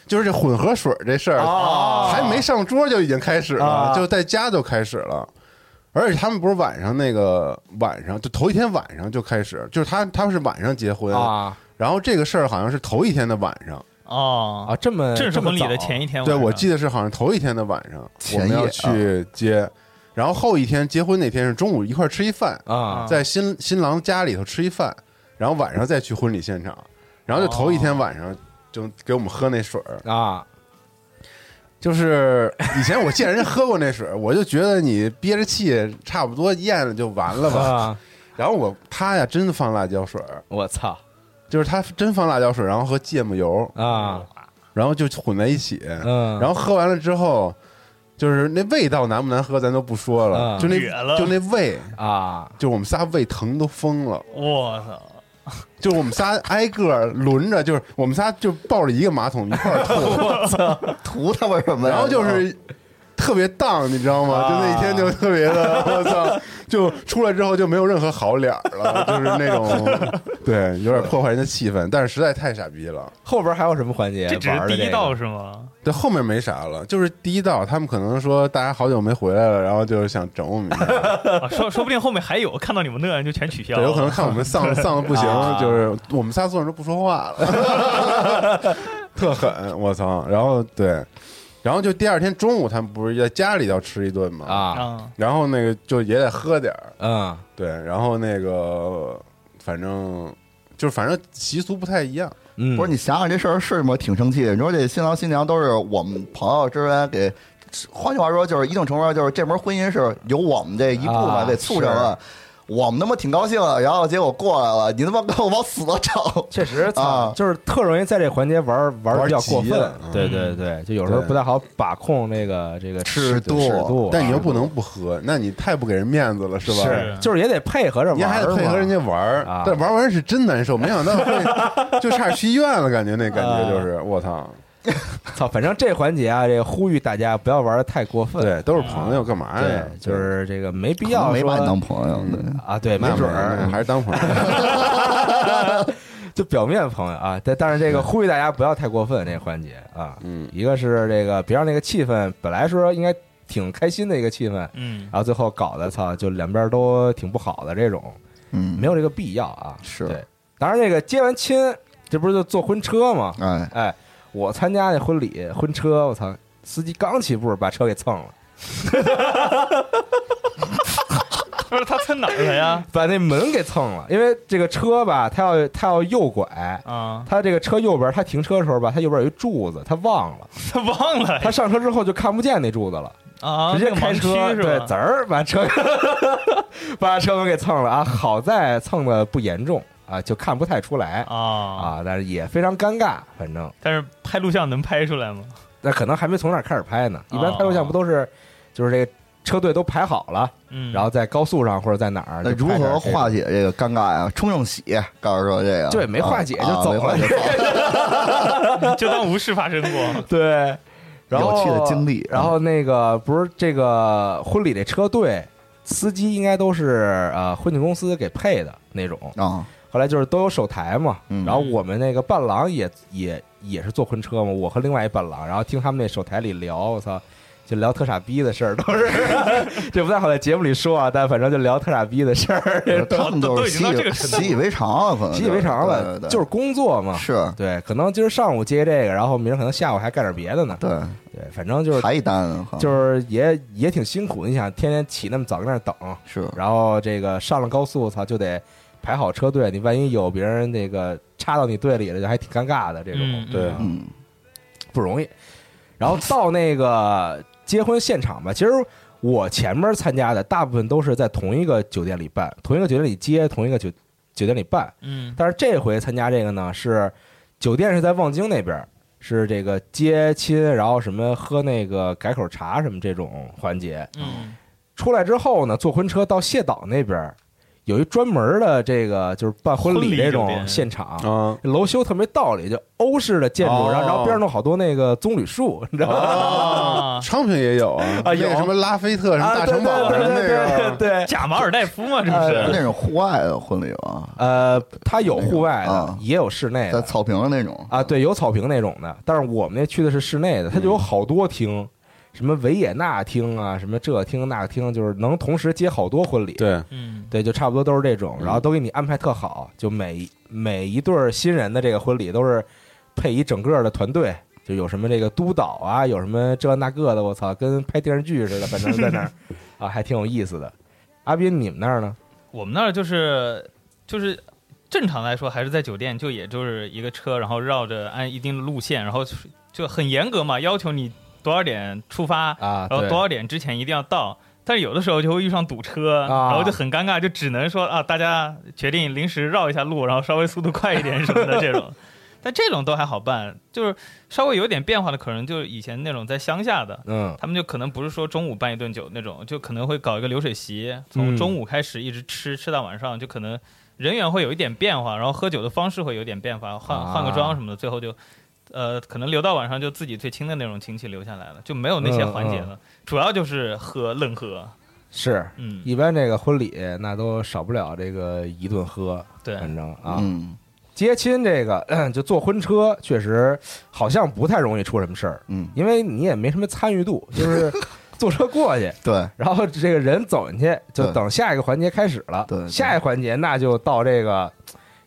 Speaker 5: 就是这混合水儿这事儿，还没上桌就已经开始了，
Speaker 3: 哦啊
Speaker 5: 就在家就开始了。而且他们不是晚上那个晚上，就头一天晚上就开始，就是他他们是晚上结婚，
Speaker 3: 啊
Speaker 5: 然后这个事儿好像是头一天的晚上，
Speaker 4: 哦
Speaker 3: 啊，，这么
Speaker 4: 正式
Speaker 3: 这么
Speaker 4: 婚礼的
Speaker 3: 早
Speaker 4: 前一天晚
Speaker 5: 对
Speaker 4: 上，
Speaker 5: 我记得是好像头一天的晚上我
Speaker 6: 前
Speaker 5: 们
Speaker 6: 夜
Speaker 5: 要去接，然后后一天结婚那天是中午一块儿吃一饭，
Speaker 3: 啊
Speaker 5: 在新新郎家里头吃一饭，然后晚上再去婚礼现场，然后就头一天晚上就给我们喝那水儿。
Speaker 3: 啊
Speaker 5: 就是 以前我见人家喝过那水儿，我就觉得你憋着气差不多咽了就完了吧。
Speaker 3: 啊！
Speaker 5: 然后我他呀真放辣椒水儿，
Speaker 3: 我操
Speaker 5: 就是他真放辣椒水儿，然后和芥末油，
Speaker 3: 啊
Speaker 5: 然后就混在一起。
Speaker 3: 嗯，
Speaker 5: 然后喝完了之后，就是那味道难不难喝咱都不说了，
Speaker 3: 嗯
Speaker 5: 就那
Speaker 4: 哕了
Speaker 5: 就那胃，
Speaker 3: 后啊
Speaker 5: 就我们仨胃疼都疯了。
Speaker 4: 我操，
Speaker 5: 就是我们仨挨个儿轮着，就是我们仨就抱着一个马桶一块儿吐，
Speaker 6: 图他们什么呀？
Speaker 5: 然后就是特别荡，你知道
Speaker 3: 啊
Speaker 5: 吗？就那一天就特别的，我操！ 就出来之后就没有任何好脸儿了，就是那种 对，有点破坏人的气氛，但是实在太傻逼了。
Speaker 3: 后边还有什么环节？
Speaker 4: 这只
Speaker 3: 玩
Speaker 4: 是
Speaker 3: 儿
Speaker 4: 第
Speaker 3: 的
Speaker 4: 一
Speaker 3: 个
Speaker 4: 道是吗？
Speaker 5: 对，后面没啥了，就是第一道他们可能说大家好久没回来了，然后就是想整我们一下，
Speaker 4: 啊说说不定后面还有，看到你们那就全取消
Speaker 5: 对，
Speaker 4: 了，
Speaker 5: 有可能看我们 丧丧的不行
Speaker 3: 啊，
Speaker 5: 就是我们仨坐那儿都不说话了， 特狠，我操！然后对，然后就第二天中午他们不是在家里要吃一顿嘛，，
Speaker 3: 啊
Speaker 4: 啊，
Speaker 5: 然后那个就也得喝点儿，
Speaker 3: 嗯
Speaker 5: 对，然后那个反正就是反正习俗不太一样，
Speaker 3: 嗯，
Speaker 6: 不是你想想这事儿是吗？挺生气的。你说这新郎新娘都是我们朋友之间给，换句话说就是一定程度上就是这门婚姻是由我们这一部
Speaker 3: 啊
Speaker 6: 分给促成了。我们他妈挺高兴的，然后结果过来了，你他妈给我往死了找。
Speaker 3: 确实，操，
Speaker 6: 啊
Speaker 3: 就是特容易在这环节玩儿玩儿得比较过
Speaker 5: 玩急
Speaker 3: 分
Speaker 5: 了，嗯
Speaker 3: 对对对，就有时候
Speaker 5: 对
Speaker 3: 不太好把控这个这个
Speaker 6: 尺
Speaker 3: 度尺
Speaker 6: 度
Speaker 3: 度，
Speaker 5: 但你又不能不喝，那你太不给人面子了，是吧？
Speaker 3: 是，就是也得配合着玩
Speaker 5: 您
Speaker 3: 儿嘛，
Speaker 5: 还得配合人家玩儿
Speaker 3: 啊，
Speaker 5: 但玩完是真难受，没想到会就差点去医院了，感觉那感觉就是我操，
Speaker 3: 操，反正这环节啊，这个呼吁大家不要玩的太过分，
Speaker 5: 对，都是朋友，干嘛
Speaker 3: 啊
Speaker 5: 呀？
Speaker 3: 对，就是这个没必
Speaker 6: 可
Speaker 3: 要
Speaker 6: 能没把你当
Speaker 3: 说
Speaker 6: 朋友，对
Speaker 3: 啊，对，没
Speaker 5: 那
Speaker 3: 准
Speaker 5: 没
Speaker 3: 儿
Speaker 5: 还是当朋友。
Speaker 3: 就表面朋友啊，但但是这个呼吁大家不要太过分这个环节啊，
Speaker 5: 嗯
Speaker 3: 一个是这个别让那个气氛本来说应该挺开心的一个气氛，然
Speaker 4: 嗯，
Speaker 3: 后最后搞得操就两边都挺不好的这种，
Speaker 6: 嗯，
Speaker 3: 没有这个必要啊。
Speaker 6: 是
Speaker 3: 对，当然这个接完亲，这不是就坐婚车吗？
Speaker 6: 哎，
Speaker 3: 哎，我参加那婚礼婚车，我操，司机刚起步把车给蹭了，
Speaker 4: 不是他蹭哪儿了呀？
Speaker 3: 把那门给蹭了，因为这个车吧，它要它要右拐。
Speaker 4: 啊，
Speaker 3: 它这个车右边，它停车的时候吧，它右边有一柱子，它忘了，
Speaker 4: 他忘了
Speaker 3: 它上车之后就看不见那柱子了，
Speaker 4: 哎啊，
Speaker 3: 直接
Speaker 4: 那个盲
Speaker 3: 开车，
Speaker 4: 区是
Speaker 3: 对，
Speaker 4: 吧
Speaker 3: 滋？儿把 车把车门给蹭了啊！好在蹭的不严重啊，就看不太出来
Speaker 4: 啊，
Speaker 3: 啊，但是也非常尴尬，反正
Speaker 4: 但是拍录像能拍出来吗？
Speaker 3: 那可能还没从那儿开始拍呢。一般
Speaker 4: 哦
Speaker 3: 拍录像不都是，就是这个车队都排好了，
Speaker 4: 嗯，
Speaker 3: 然后在高速上或者在哪儿，
Speaker 6: 那
Speaker 3: 就
Speaker 6: 如
Speaker 3: 拍点
Speaker 6: 何
Speaker 3: 儿这
Speaker 6: 化
Speaker 3: 个？
Speaker 6: 解这个尴尬呀？冲上喜，告诉说这个，
Speaker 3: 对没化解
Speaker 6: 啊
Speaker 3: 就走了。
Speaker 6: 啊没化解走了
Speaker 4: 就当无事发生过
Speaker 3: 对，然后
Speaker 6: 有趣的经历嗯
Speaker 3: 然后那个不是这个婚礼这车队。司机应该都是呃婚庆公司给配的那种，
Speaker 6: 啊，
Speaker 3: 后来就是都有手台嘛，
Speaker 6: 嗯
Speaker 3: 然后我们那个伴郎也也也是坐婚车嘛，我和另外一伴郎，然后听他们那手台里聊，我操。就聊特傻逼的事儿，都 是这不太好在节目里说啊，但反正就聊特傻逼的事儿，这
Speaker 6: 他们
Speaker 4: 都
Speaker 6: 就
Speaker 4: 都
Speaker 6: 是
Speaker 4: 已经到
Speaker 6: 习以
Speaker 4: 这个程度
Speaker 6: 习以为常了，可 能
Speaker 3: 习以为常了，
Speaker 6: 嗯对对对
Speaker 3: 就是工作嘛。
Speaker 6: 是，
Speaker 3: 对，可能今儿上午接这个，然后明儿可能下午还干点别的呢。
Speaker 6: 对，
Speaker 3: 对，反正就是
Speaker 6: 还一单，可能
Speaker 3: 就是也也挺辛苦，你想天天起那么早跟那儿等，
Speaker 6: 是
Speaker 3: 然后这个上了高速，操就得排好车队，你万一有别人那个插到你队里了，就还挺尴尬的这种，
Speaker 4: 嗯嗯
Speaker 5: 对
Speaker 6: 嗯，
Speaker 3: 不容易。然后到那个结婚现场吧，其实我前面参加的大部分都是在同一个酒店里办，同一个酒店里接，同一个酒酒店里办。
Speaker 4: 嗯
Speaker 3: 但是这回参加这个呢，是酒店是在望京那边儿，是这个接亲，然后什么喝那个改口茶什么这种环节。
Speaker 4: 嗯
Speaker 3: 出来之后呢，坐婚车到谢岛那边儿有一专门的这个就是办婚
Speaker 4: 婚
Speaker 3: 礼
Speaker 4: 礼
Speaker 3: 这
Speaker 4: 酒
Speaker 3: 种
Speaker 4: 店
Speaker 3: 现场。
Speaker 5: 啊，
Speaker 3: 楼修特没道理，就欧式的建筑，
Speaker 5: 哦
Speaker 3: 然后然后边上弄好多那个棕榈 树，你知道吗？
Speaker 4: 啊
Speaker 5: 昌平也有啊，那
Speaker 3: 有
Speaker 5: 个什么拉菲特什么
Speaker 3: 啊，
Speaker 5: 大
Speaker 3: 对
Speaker 5: 城堡什
Speaker 3: 对
Speaker 5: 么
Speaker 3: 对
Speaker 5: 那
Speaker 3: 对
Speaker 5: 个，
Speaker 3: 对，
Speaker 4: 假马尔代夫嘛，这不
Speaker 3: 呃
Speaker 4: 是？
Speaker 6: 那种户外的婚礼吧，
Speaker 3: 呃，它有户外的
Speaker 6: 啊，
Speaker 3: 也有室内
Speaker 6: 在
Speaker 3: 的
Speaker 6: 草坪上那种，
Speaker 3: 啊，对，有草坪那种的，但是我们那去的是室内的，它就有好多厅，什么维也纳厅啊，什么这厅那厅，就是能同时接好多婚礼，
Speaker 5: 对，啊
Speaker 4: 嗯
Speaker 3: 对，就差不多都是这种，
Speaker 6: 嗯
Speaker 3: 然后都给你安排特好，就每每一对儿新人的这个婚礼都是配一整个的团队，就有什么这个督导啊，有什么这那个的，我操，跟拍电视剧似的，反正在那儿啊，还挺有意思的。阿斌，你们那儿呢？
Speaker 4: 我们那儿就是就是正常来说还是在酒店，就也就是一个车，然后绕着按一定的路线，然后就很严格嘛，要求你多少点出发，
Speaker 3: 啊，
Speaker 4: 然后
Speaker 3: 对
Speaker 4: 哦多少点之前一定要到。但是有的时候就会遇上堵车，
Speaker 3: 啊
Speaker 4: 然后就很尴尬，就只能说啊，大家决定临时绕一下路，然后稍微速度快一点什么的这种。 但这种都还好办，就是稍微有点变化的，可能就是以前那种在乡下的，
Speaker 3: 嗯
Speaker 4: 他们就可能不是说中午办一顿酒那种，就可能会搞一个流水席，
Speaker 3: 嗯
Speaker 4: 从中午开始一直吃、吃到晚上，就可能人员会有一点变化，然后喝酒的方式会有点变化，换
Speaker 3: 啊
Speaker 4: 换个妆什么的，最后就。呃，可能留到晚上就自己最亲的那种亲戚留下来了，就没有那些环节
Speaker 3: 嗯
Speaker 4: 了，主要就是喝愣喝，
Speaker 3: 是
Speaker 4: 嗯，
Speaker 3: 一般这个婚礼那都少不了这个一顿喝，
Speaker 4: 对，
Speaker 3: 反正啊，
Speaker 6: 嗯
Speaker 3: 接亲这个 就坐婚车，确实好像不太容易出什么事儿，
Speaker 6: 嗯，
Speaker 3: 因为你也没什么参与 度，就是坐车过去。
Speaker 6: 对，
Speaker 3: 然后这个人走进去，就
Speaker 6: 对
Speaker 3: 等下一个环节开始了。
Speaker 6: 对对
Speaker 3: 下一环节那就到这个，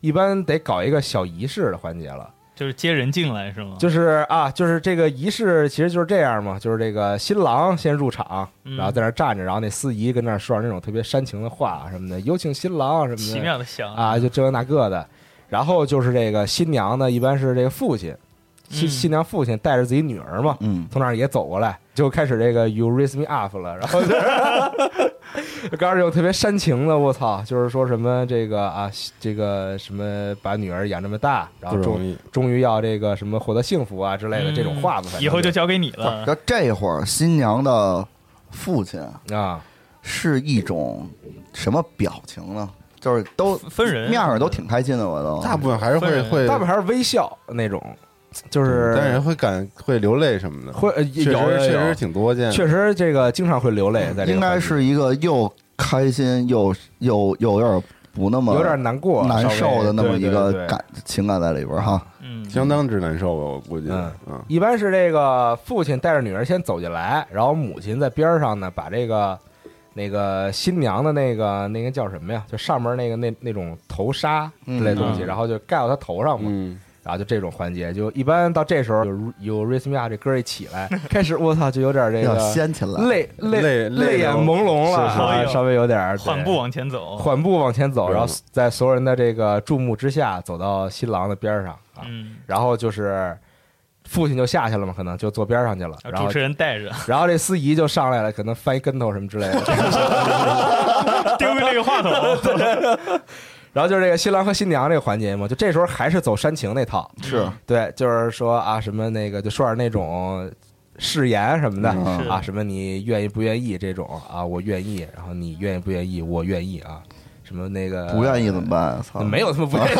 Speaker 3: 一般得搞一个小仪式的环节了。
Speaker 4: 就是接人进来是吗？
Speaker 3: 就是啊，就是这个仪式其实就是这样嘛，就是这个新郎先入场，
Speaker 4: 嗯
Speaker 3: 然后在那儿站着，然后那司仪跟那儿说点那种特别煽情的话什么的，有请新郎什
Speaker 4: 奇
Speaker 3: 么的
Speaker 4: 妙的想
Speaker 3: 啊，就这个那个的。然后就是这个新娘呢，一般是这个父亲，新
Speaker 4: 嗯
Speaker 3: 新娘父亲带着自己女儿嘛，
Speaker 6: 嗯，
Speaker 3: 从那儿也走过来，就开始这个 You raise me up 了，然后 就是刚开始有特别煽情的，我操，就是说什么这个啊，这个什么把女儿养这么大，然后
Speaker 5: 不容
Speaker 3: 终
Speaker 5: 易，
Speaker 3: 终于要这个什么获得幸福啊之类的这种话吧，反正
Speaker 4: 嗯以后就是交给你了
Speaker 6: 然。后这会儿新娘的父亲
Speaker 3: 啊，
Speaker 6: 是一种什么表情呢？就是都
Speaker 3: 嗯
Speaker 4: 分人
Speaker 6: 面上都挺开心的，我都
Speaker 5: 大部分还是
Speaker 4: 分
Speaker 5: 会
Speaker 4: 人
Speaker 5: 会，
Speaker 3: 大部分还是微笑那种，就是
Speaker 5: 但是会感会流泪什么的，
Speaker 3: 会呃
Speaker 5: 确实
Speaker 3: 有有
Speaker 5: 确
Speaker 3: 有
Speaker 5: 实嗯挺多见的，
Speaker 3: 确实这个经常会流泪，在这个
Speaker 6: 应该
Speaker 3: 环节
Speaker 6: 是一个又开心又又又有点不那么
Speaker 3: 有点难过、
Speaker 6: 难受的那
Speaker 3: 稍
Speaker 6: 么
Speaker 3: 微
Speaker 6: 一
Speaker 3: 对
Speaker 6: 个。
Speaker 3: 对对
Speaker 6: 感情感在里边儿哈。
Speaker 4: 嗯，
Speaker 5: 相当之难受吧，我估计，
Speaker 3: 嗯
Speaker 5: 嗯，
Speaker 3: 一般是这个父亲带着女儿先走进来，然后母亲在边上呢，把这个那个新娘的那个那个叫什么呀？就上面那个那那种头纱之类的东西，
Speaker 4: 嗯
Speaker 3: 然后就盖到她头上嘛。
Speaker 5: 嗯，
Speaker 3: 然后就这种环节，就一般到这时候
Speaker 6: 嗯
Speaker 3: 有有 Raise Me Up 这歌一起来，开始我操就有点这
Speaker 6: 要
Speaker 3: 个
Speaker 6: 掀起来，
Speaker 3: 泪
Speaker 5: 泪
Speaker 3: 泪眼
Speaker 5: 流
Speaker 3: 朦胧了，
Speaker 5: 是是哎
Speaker 3: 啊
Speaker 4: 是
Speaker 3: 稍微有点儿对
Speaker 4: 缓步往前走，
Speaker 3: 缓步往前走，
Speaker 5: 嗯
Speaker 3: 然后在所有人的这个注目之下走到新郎的边上啊。
Speaker 4: 嗯，
Speaker 3: 然后就是父亲就下去了嘛，可能就坐边上去了，然
Speaker 4: 啊主
Speaker 3: 后
Speaker 4: 持人带着
Speaker 3: 然后这司仪就上来了，可能翻一跟头什么之类的，
Speaker 4: 丢个那个话筒，
Speaker 3: 然后就是这个新郎和新娘这个环节嘛，就这时候还是走煽情那套，
Speaker 6: 是
Speaker 3: 对，就是说啊什么那个就说点那种誓言什么的、
Speaker 6: 嗯
Speaker 4: 是
Speaker 3: 啊，什么你愿意不愿意这种啊，我愿意，然后你愿意不愿意，我愿意啊，什么那个
Speaker 6: 不愿意怎么办？啊操，
Speaker 3: 没有他妈不 愿意。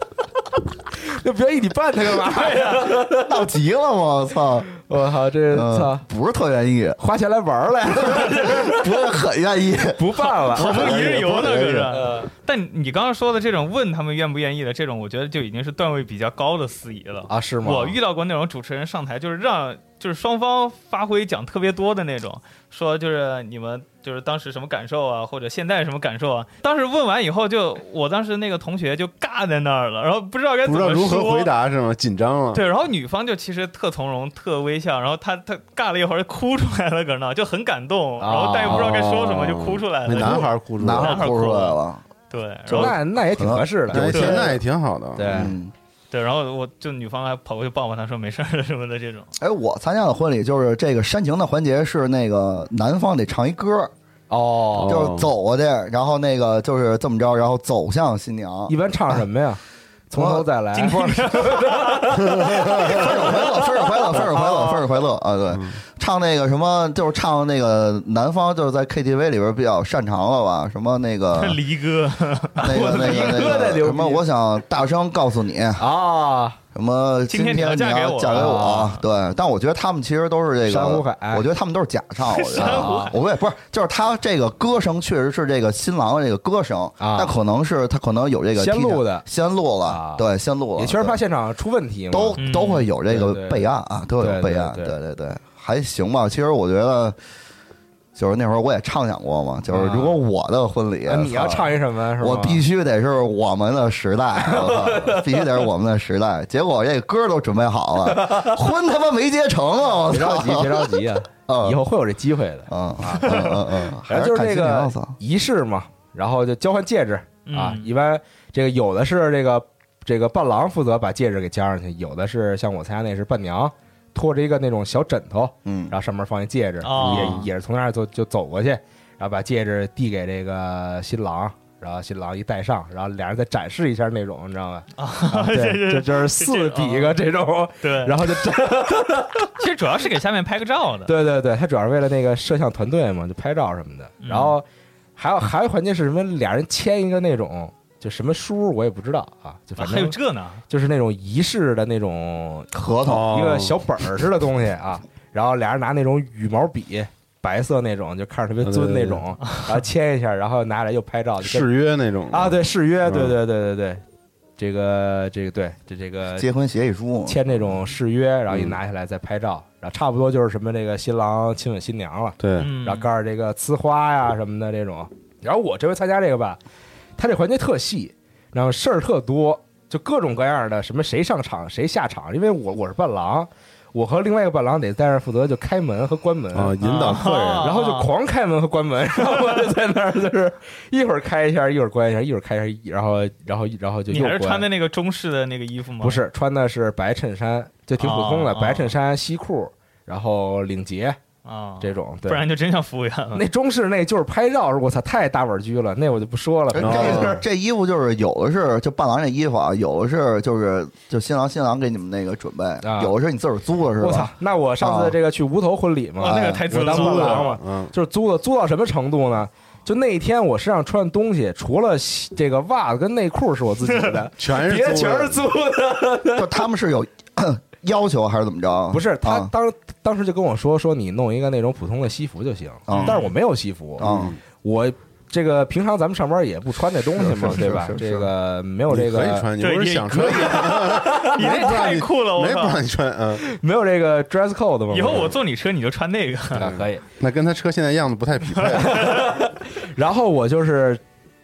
Speaker 3: 就不愿意你办他干嘛呀？
Speaker 6: 闹急了吗？我操，
Speaker 3: 我靠，这
Speaker 6: 嗯
Speaker 3: 操
Speaker 6: 不是特愿意，
Speaker 3: 花钱来玩儿来了，
Speaker 6: 不是很愿意。
Speaker 3: 不办了，
Speaker 4: 好梦一日游呢，可
Speaker 6: 不
Speaker 4: 是。但你刚刚说的这种问他们愿不愿意的这种，我觉得就已经是段位比较高的司仪了。
Speaker 3: 啊？是吗？
Speaker 4: 我遇到过那种主持人上台，就是让就是双方发挥讲特别多的那种，说就是你们就是当时什么感受啊，或者现在什么感受啊。当时问完以后就，我当时那个同学就尬在那儿了，然后不知道该怎
Speaker 5: 不
Speaker 4: 么
Speaker 5: 知道如何
Speaker 4: 说
Speaker 5: 回。答是吗？紧张了，
Speaker 4: 对，然后女方就其实特从容、特微笑，然后她她尬了一会儿哭出来了，搁那就很感动，然后但又不知道该说什么，就哭出来
Speaker 5: 那
Speaker 4: 了。
Speaker 5: 啊男孩哭出来
Speaker 6: 男
Speaker 5: 了，
Speaker 6: 孩哭出来了，
Speaker 4: 对，然后
Speaker 3: 那那也挺合适
Speaker 5: 哎，
Speaker 3: 的，
Speaker 4: 对
Speaker 5: 现在也挺好的，
Speaker 3: 对，
Speaker 6: 嗯。
Speaker 4: 对，然后我就女方还跑过去抱抱他，说没事儿什 么的这种。
Speaker 6: 哎，我参加的婚礼就是这个煽情的环节是那个男方得唱一歌，
Speaker 3: 哦，
Speaker 6: 就是走过去，然后那个就是这么着，然后走向新娘
Speaker 3: 一。般唱什么呀？从头再来，
Speaker 6: 分手快乐，分手快乐，分手快乐，分手快乐啊！对，
Speaker 3: 嗯
Speaker 6: 唱那个什么，就是唱那个南方，就是在 KTV 里边比较擅长了吧？什么 那
Speaker 3: 啊
Speaker 6: 个
Speaker 4: 离哥，
Speaker 6: 那个那个
Speaker 3: 我的
Speaker 6: 那
Speaker 3: 牛逼
Speaker 6: 个什么，我想大声告诉你，
Speaker 3: 啊，
Speaker 6: 什么
Speaker 4: 今天
Speaker 6: 天
Speaker 4: 你
Speaker 6: 你
Speaker 4: 要
Speaker 6: 要
Speaker 4: 嫁给我
Speaker 6: 嫁给我
Speaker 4: 啊，
Speaker 6: 对，但我觉得他们其实都是这个
Speaker 3: 珊瑚海
Speaker 6: 我觉得他们都是假唱，我觉得
Speaker 4: 珊瑚
Speaker 6: 啊，我也不是，就是他这个歌声确实是这个新郎的这个歌声，
Speaker 3: 啊
Speaker 6: 但可能是他可能有这个
Speaker 3: 先
Speaker 6: 提前
Speaker 3: 录的
Speaker 6: 先录
Speaker 3: 啊
Speaker 6: 了，对，先录了，
Speaker 3: 也确实怕
Speaker 6: 对
Speaker 3: 现场出问题嘛，啊
Speaker 6: 都
Speaker 4: 嗯
Speaker 6: 都会有这
Speaker 3: 对对
Speaker 6: 个备案啊，都
Speaker 3: 对
Speaker 6: 有备
Speaker 3: 对
Speaker 6: 案，
Speaker 3: 对
Speaker 6: 对对对，还行吧。其实我觉得，就是那会儿我也畅想过嘛，就是
Speaker 3: 啊
Speaker 6: 如果我的婚礼
Speaker 3: 啊，你要
Speaker 6: 操
Speaker 3: 唱一什么？是吧
Speaker 6: 我必须得是我们的时代， 我操必须得是我们的时代。结果这歌都准备好 了，婚他妈没结成啊！我
Speaker 3: 别着
Speaker 6: 操！
Speaker 3: 急，别着 急啊，
Speaker 6: 嗯
Speaker 3: 以后会有这机会的。
Speaker 6: 嗯嗯嗯嗯，
Speaker 3: 然
Speaker 6: 还
Speaker 3: 后就是
Speaker 6: 看
Speaker 3: 那
Speaker 6: 心情
Speaker 3: 个
Speaker 6: 我操
Speaker 3: 仪式嘛，然后就交换戒指啊
Speaker 4: 嗯。
Speaker 3: 一般这个有的是这个这个伴郎负责把戒指给交上去，有的是像我参加那是伴娘拖着一个那种小枕头，
Speaker 6: 嗯
Speaker 3: 然后上面放一戒指，
Speaker 4: 哦
Speaker 3: 也也是从那儿就就走过去，然后把戒指递给这个新郎。然后新郎一戴上，然后俩人再展示一下那种，你知道吗？啊，
Speaker 4: 这
Speaker 3: 对，
Speaker 4: 哦是
Speaker 3: 这就是
Speaker 4: 这
Speaker 3: 四
Speaker 4: 哦
Speaker 3: 比一个这种，
Speaker 4: 对，
Speaker 3: 然后就 展
Speaker 4: 其实主要是给下面拍个照的。
Speaker 3: 对对对，他主要是为了那个摄像团队嘛，就拍照什么的。
Speaker 4: 嗯
Speaker 3: 然后还有还有环节是什么？俩人签一个那种就什么书，我也不知道啊，就
Speaker 4: 啊
Speaker 3: 反
Speaker 4: 还有
Speaker 3: 正
Speaker 4: 这呢，
Speaker 3: 就是那种仪式的那种
Speaker 6: 合同
Speaker 5: 哦
Speaker 3: 一个小本儿似的东西啊。然后俩人拿那种羽毛笔，白色那种，就看着特
Speaker 5: 啊
Speaker 3: 别尊那种，然后签一下，然后拿来又拍照，就跟
Speaker 5: 誓约那种
Speaker 3: 啊，，对誓约，
Speaker 5: 嗯
Speaker 3: 对对对对对，这个这个对这这个
Speaker 6: 结婚协议书，
Speaker 3: 签那种誓约，然
Speaker 5: 嗯
Speaker 3: 后一拿下来再拍照，然后差不多就是什么这个新郎亲吻新娘了。
Speaker 5: 对，
Speaker 4: 嗯，
Speaker 3: 然后告诉这个呲花呀什么的这种。然后我这回参加这个吧，他这环节特细，然后事儿特多，就各种各样的什么谁上场谁下场，因为我我是伴郎，我和另外一个伴郎得在那儿负责就开门和关门。
Speaker 5: 啊，引导客人
Speaker 4: 啊
Speaker 3: 然后就狂开门和关门，然后我就在那儿，就是一会儿开一下，一会儿关一下，一会儿开一下，然后然后然后就
Speaker 4: 你
Speaker 3: 又
Speaker 4: 还是
Speaker 3: 关。
Speaker 4: 穿的那个中式的那个衣服吗？
Speaker 3: 不，是穿的是白衬衫，就挺普通的，
Speaker 4: 哦
Speaker 3: 白衬衫、西裤，然后领结
Speaker 4: 啊，
Speaker 3: 这种。对
Speaker 4: 不然就真像服务员了。
Speaker 3: 那中式那就是拍照，我操，太大碗居了，那我就不说了。
Speaker 6: 哎
Speaker 3: 反正
Speaker 6: 这
Speaker 5: 哦
Speaker 6: 个这衣服就是有的是就伴郎这衣服啊，有的是就是就新郎新郎给你们那个准备，
Speaker 3: 啊
Speaker 6: 有的是你自个儿租的是
Speaker 3: 我操
Speaker 6: 吧？，
Speaker 3: 那我上次
Speaker 6: 啊
Speaker 3: 这个去无头婚礼嘛，
Speaker 4: 哦，那个太
Speaker 3: 我
Speaker 4: 自
Speaker 3: 当
Speaker 4: 私
Speaker 3: 伴
Speaker 4: 了。
Speaker 3: 郎嘛，
Speaker 5: 嗯，，
Speaker 3: 就是租的，租到什么程度呢？就那一天我身上穿的东西，除了西这个袜子跟内裤是我自己的
Speaker 5: 全是
Speaker 3: 别的
Speaker 5: 租
Speaker 3: 全
Speaker 5: 的
Speaker 3: 是租的。
Speaker 6: 就他们是有 要求还是怎么着？
Speaker 3: 不是，他
Speaker 6: 啊
Speaker 3: 当当时就跟我说，说你弄一个那种普通的西服就行，
Speaker 6: 嗯
Speaker 3: 但是我没有西服，
Speaker 6: 啊，
Speaker 3: 我。这个平常咱们上班也不穿这东西嘛，
Speaker 6: 是是
Speaker 3: 对吧
Speaker 6: 是？是
Speaker 3: 这个没有
Speaker 5: 你
Speaker 3: 这个
Speaker 5: 可以穿，你
Speaker 4: 对
Speaker 5: 不是
Speaker 4: 也
Speaker 5: 想
Speaker 4: 可
Speaker 5: 穿，
Speaker 4: 以你那太酷了，我
Speaker 5: 没不
Speaker 4: 操！
Speaker 5: 让你穿，嗯，
Speaker 3: 没有这个 dress code 嘛。
Speaker 4: 以后我坐你车你就穿那个。
Speaker 3: 啊可以，
Speaker 5: 那跟他车现在样子不 太匹配，
Speaker 3: 然后我就是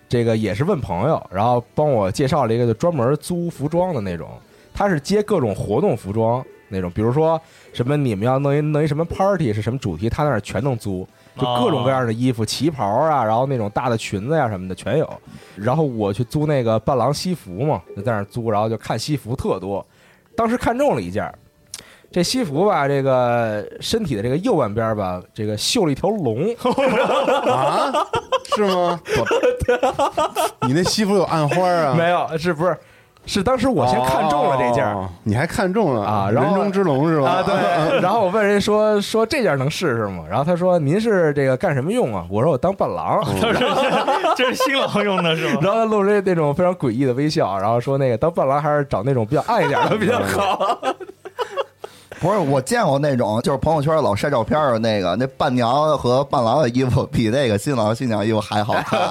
Speaker 3: 这个也是问朋友，然后帮我介绍了一个就专门租服装的那种，他是接各种活动服装那种，比如说什么你们要弄一弄一什么 party 是什么主题，他那儿全能租，就各种各样的衣服、旗袍啊，然后那种大的裙子呀、什么的全有。然后我去租那个伴郎西服嘛，就在那儿租，然后就看西服特多，当时看中了一件儿。这西服吧，这个身体的这个右半边儿吧，这个绣了一条龙，
Speaker 5: 啊，是吗？你那西服有暗花啊？
Speaker 3: 啊没有，是不是？是当时我先看中了这件儿、
Speaker 5: 哦，你还看中了
Speaker 3: 啊然后
Speaker 5: 人中之龙是吧？
Speaker 3: 啊，对。然后我问人说说这件能试试吗？然后他说您是这个干什么用啊？我说我当伴郎。
Speaker 4: 这是这是新郎用的是吗？
Speaker 3: 然后他露出那种非常诡异的微笑，然后说那个当伴郎还是找那种比较暗一点的比较好。
Speaker 6: 不是，我见过那种就是朋友圈老晒照片儿的那个，那伴娘和伴郎的衣服比那个新郎新娘衣服还好 看，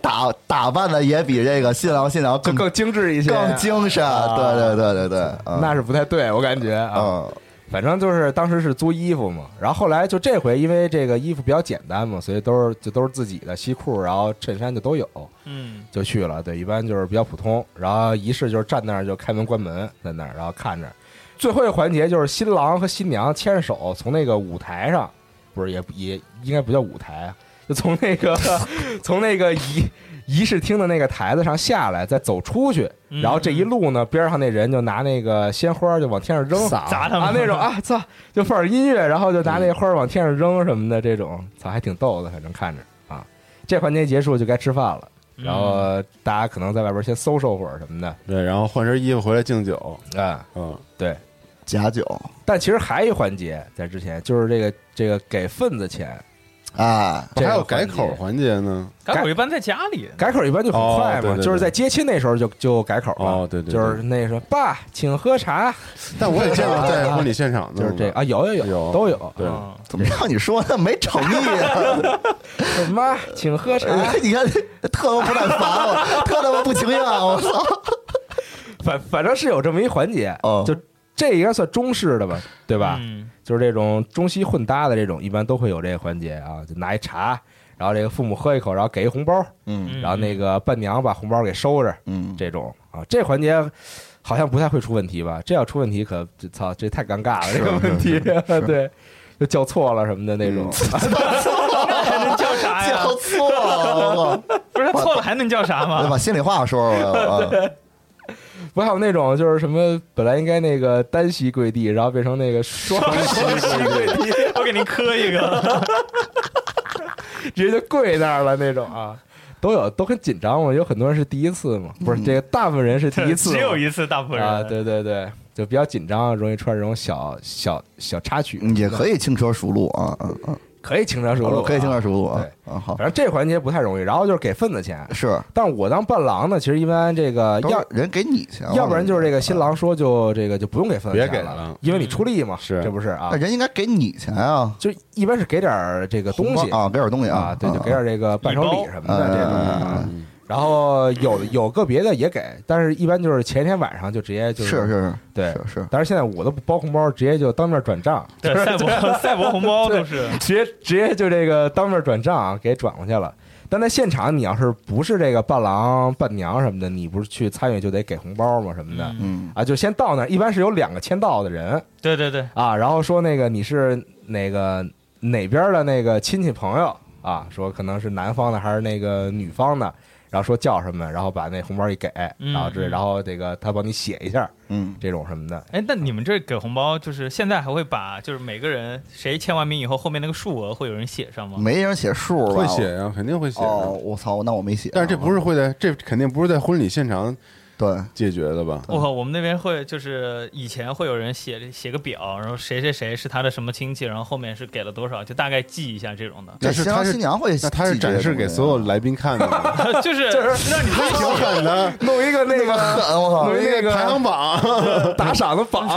Speaker 6: 打打扮的也比这个新郎新娘
Speaker 3: 就
Speaker 6: 更
Speaker 3: 更精致一些，
Speaker 6: 更精神。
Speaker 3: 啊
Speaker 6: 对对对对对，嗯
Speaker 3: 那是不太对，我感觉啊。
Speaker 6: 嗯
Speaker 3: 反正就是当时是租衣服嘛，然后后来就这回因为这个衣服比较简单嘛，所以都是就都是自己的西裤，然后衬衫就都有，
Speaker 4: 嗯，
Speaker 3: 就去了。对，一般就是比较普通。然后仪式就是站那儿就开门关门，在那儿然后看着。最后一个环节就是新郎和新娘牵着手从那个舞台上，不是也也应该不叫舞台啊，就从那 个从那个仪仪式厅的那个台子上下来，再走出去。
Speaker 4: 嗯
Speaker 3: 然后这一路呢，边上那人就拿那个鲜花就往天上扔，
Speaker 4: 砸他们嗯
Speaker 3: 啊那种 啊，操，就放着音乐，然后就拿那花往天上扔什么的，这种操还挺逗的，反正看着啊。这环节结束就该吃饭了。
Speaker 5: 嗯
Speaker 3: 然后大家可能在外边先搜搜会儿什么的
Speaker 5: 对，然后换身衣服回来敬酒，
Speaker 3: 啊。
Speaker 5: 嗯，
Speaker 6: 假酒
Speaker 3: 但其实还有一环节在之前，就是这个这个给份子钱，
Speaker 6: 啊，
Speaker 3: 这个
Speaker 5: 还有
Speaker 3: 环
Speaker 5: 改
Speaker 3: 节
Speaker 5: 口环 节呢，
Speaker 4: 改口一般在家里，
Speaker 3: 改口一般就很快
Speaker 5: 哦
Speaker 3: 嘛，
Speaker 5: 对对对
Speaker 3: 就是在接亲那时候就就改口了。
Speaker 5: 哦对对对
Speaker 3: 就是那说爸，请喝茶，
Speaker 5: 但我也见过在婚礼现场的，
Speaker 3: 就是这个啊，哦有有
Speaker 5: 嗯有
Speaker 3: 都有。
Speaker 5: 对
Speaker 4: 嗯
Speaker 6: 怎么让你说的没诚意 啊？哎
Speaker 3: 妈，请喝茶。
Speaker 5: 哎
Speaker 6: 你看特他妈不耐烦我，特他妈不情愿我操！
Speaker 3: 反反正是有这么一环节，
Speaker 6: 哦
Speaker 3: 就这应该算中式的吧，对吧？
Speaker 4: 嗯
Speaker 3: 就是这种中西混搭的这种，一般都会有这个环节啊，就拿一茶，然后这个父母喝一口，然后给一红包，
Speaker 6: 嗯
Speaker 3: 然后那个伴娘把红包给收着，
Speaker 6: 嗯，
Speaker 3: 这种啊，这环节好像不太会出问题吧？这要出问题可这操，这太尴尬了，这个问题 对，就叫错了什么的那种。
Speaker 6: 嗯
Speaker 3: 啊
Speaker 4: 还能叫 啥呀？
Speaker 6: 叫错了，我操
Speaker 4: 不是他错了还能叫
Speaker 3: 哎
Speaker 4: 啥
Speaker 6: 得
Speaker 4: 吗？
Speaker 6: 把心里话说出来了。啊
Speaker 3: 不还有那种就是什么本来应该那个单膝跪地，然后变成那个双膝跪地，
Speaker 4: 我给您磕一个，
Speaker 3: 直接就跪那儿了那种啊，都有都很紧张嘛，有很多人是第一次嘛，
Speaker 6: 嗯
Speaker 3: 不是这个大部分人是第一次嘛，
Speaker 4: 只有一次，大部分人
Speaker 3: 啊，对对对，就比较紧张，容易出现这种小小小插曲，
Speaker 6: 嗯也可以轻车熟路啊，嗯嗯，
Speaker 3: 可以轻车熟路，
Speaker 6: 可以轻车熟路
Speaker 3: 啊
Speaker 6: 啊
Speaker 3: 对，
Speaker 6: 嗯好，
Speaker 3: 反正这环节不太容易，然后就是给份子钱，
Speaker 6: 是
Speaker 5: 呃
Speaker 3: 但我当伴郎呢，其实一般这个
Speaker 6: 都啊
Speaker 3: 要
Speaker 6: 是人给你钱了，啊
Speaker 3: 要不然就是这个新郎说就这个就不用给份子
Speaker 5: 别
Speaker 3: 钱
Speaker 5: 给
Speaker 3: 了
Speaker 5: 了，
Speaker 3: 因为你出力嘛，
Speaker 5: 是
Speaker 3: 这不是啊
Speaker 6: 嗯那，人应该给你钱啊，
Speaker 3: 就一般是给点儿这个东西
Speaker 6: 红包啊，给点东西
Speaker 3: 啊，对，就给点这个伴手礼什么的
Speaker 6: 嗯
Speaker 3: 这种啊。然后有有个别的也给，但是一般就是前一天晚上就直接就是
Speaker 6: 是是
Speaker 3: 对
Speaker 6: 是是，
Speaker 3: 但是现在我都不包红包，直接就当面转账，
Speaker 4: 对赛博赛博红包都是，
Speaker 3: 直接直接就这个当面转账啊，给转过去了。但在现场，你要是不是这个伴郎伴娘什么的，你不是去参与就得给红包嘛什么的、
Speaker 4: 嗯，
Speaker 6: 嗯，
Speaker 3: 啊？就先到那儿，一般是有两个签到的人
Speaker 4: 对对对，
Speaker 3: 啊，然后说那个你是哪个哪边的那个亲戚朋友啊，说可能是男方的还是那个女方的，然后说叫什么，然后把那红包一给，
Speaker 4: 嗯
Speaker 3: 然后这
Speaker 4: 嗯
Speaker 3: 然后这个他帮你写一下
Speaker 6: 嗯，
Speaker 3: 这种什么的，
Speaker 4: 哎，那你们这给红包，就是现在还会把就是每个人谁签完名以后，后面那个数额会有人写上吗？
Speaker 6: 没人写数吧？
Speaker 5: 会写呀，肯定会写的。
Speaker 6: 哦，我操，那我没写啊，
Speaker 5: 但是这不是会在，这肯定不是在婚礼现场
Speaker 6: 对，
Speaker 5: 解决的吧？，
Speaker 4: 我靠，我们那边会就是以前会有人写写个表，然后谁谁谁是他的什么亲戚，然后后面是给了多少，就大概记一下这种的
Speaker 6: 这
Speaker 5: 但是
Speaker 6: 新
Speaker 5: 他
Speaker 6: 郎
Speaker 5: 是
Speaker 6: 新娘会
Speaker 5: 那他是
Speaker 6: 记这
Speaker 5: 展
Speaker 6: 些
Speaker 5: 示
Speaker 6: 东
Speaker 5: 给
Speaker 6: 西
Speaker 5: 所有
Speaker 6: 啊
Speaker 5: 来宾看的吗，
Speaker 4: 就是 让你
Speaker 5: 他挺狠的，
Speaker 3: 弄一个那
Speaker 6: 那个
Speaker 3: 个
Speaker 6: 狠，我操，
Speaker 3: 弄一个
Speaker 5: 啊排行 榜。
Speaker 3: 打赏的 榜，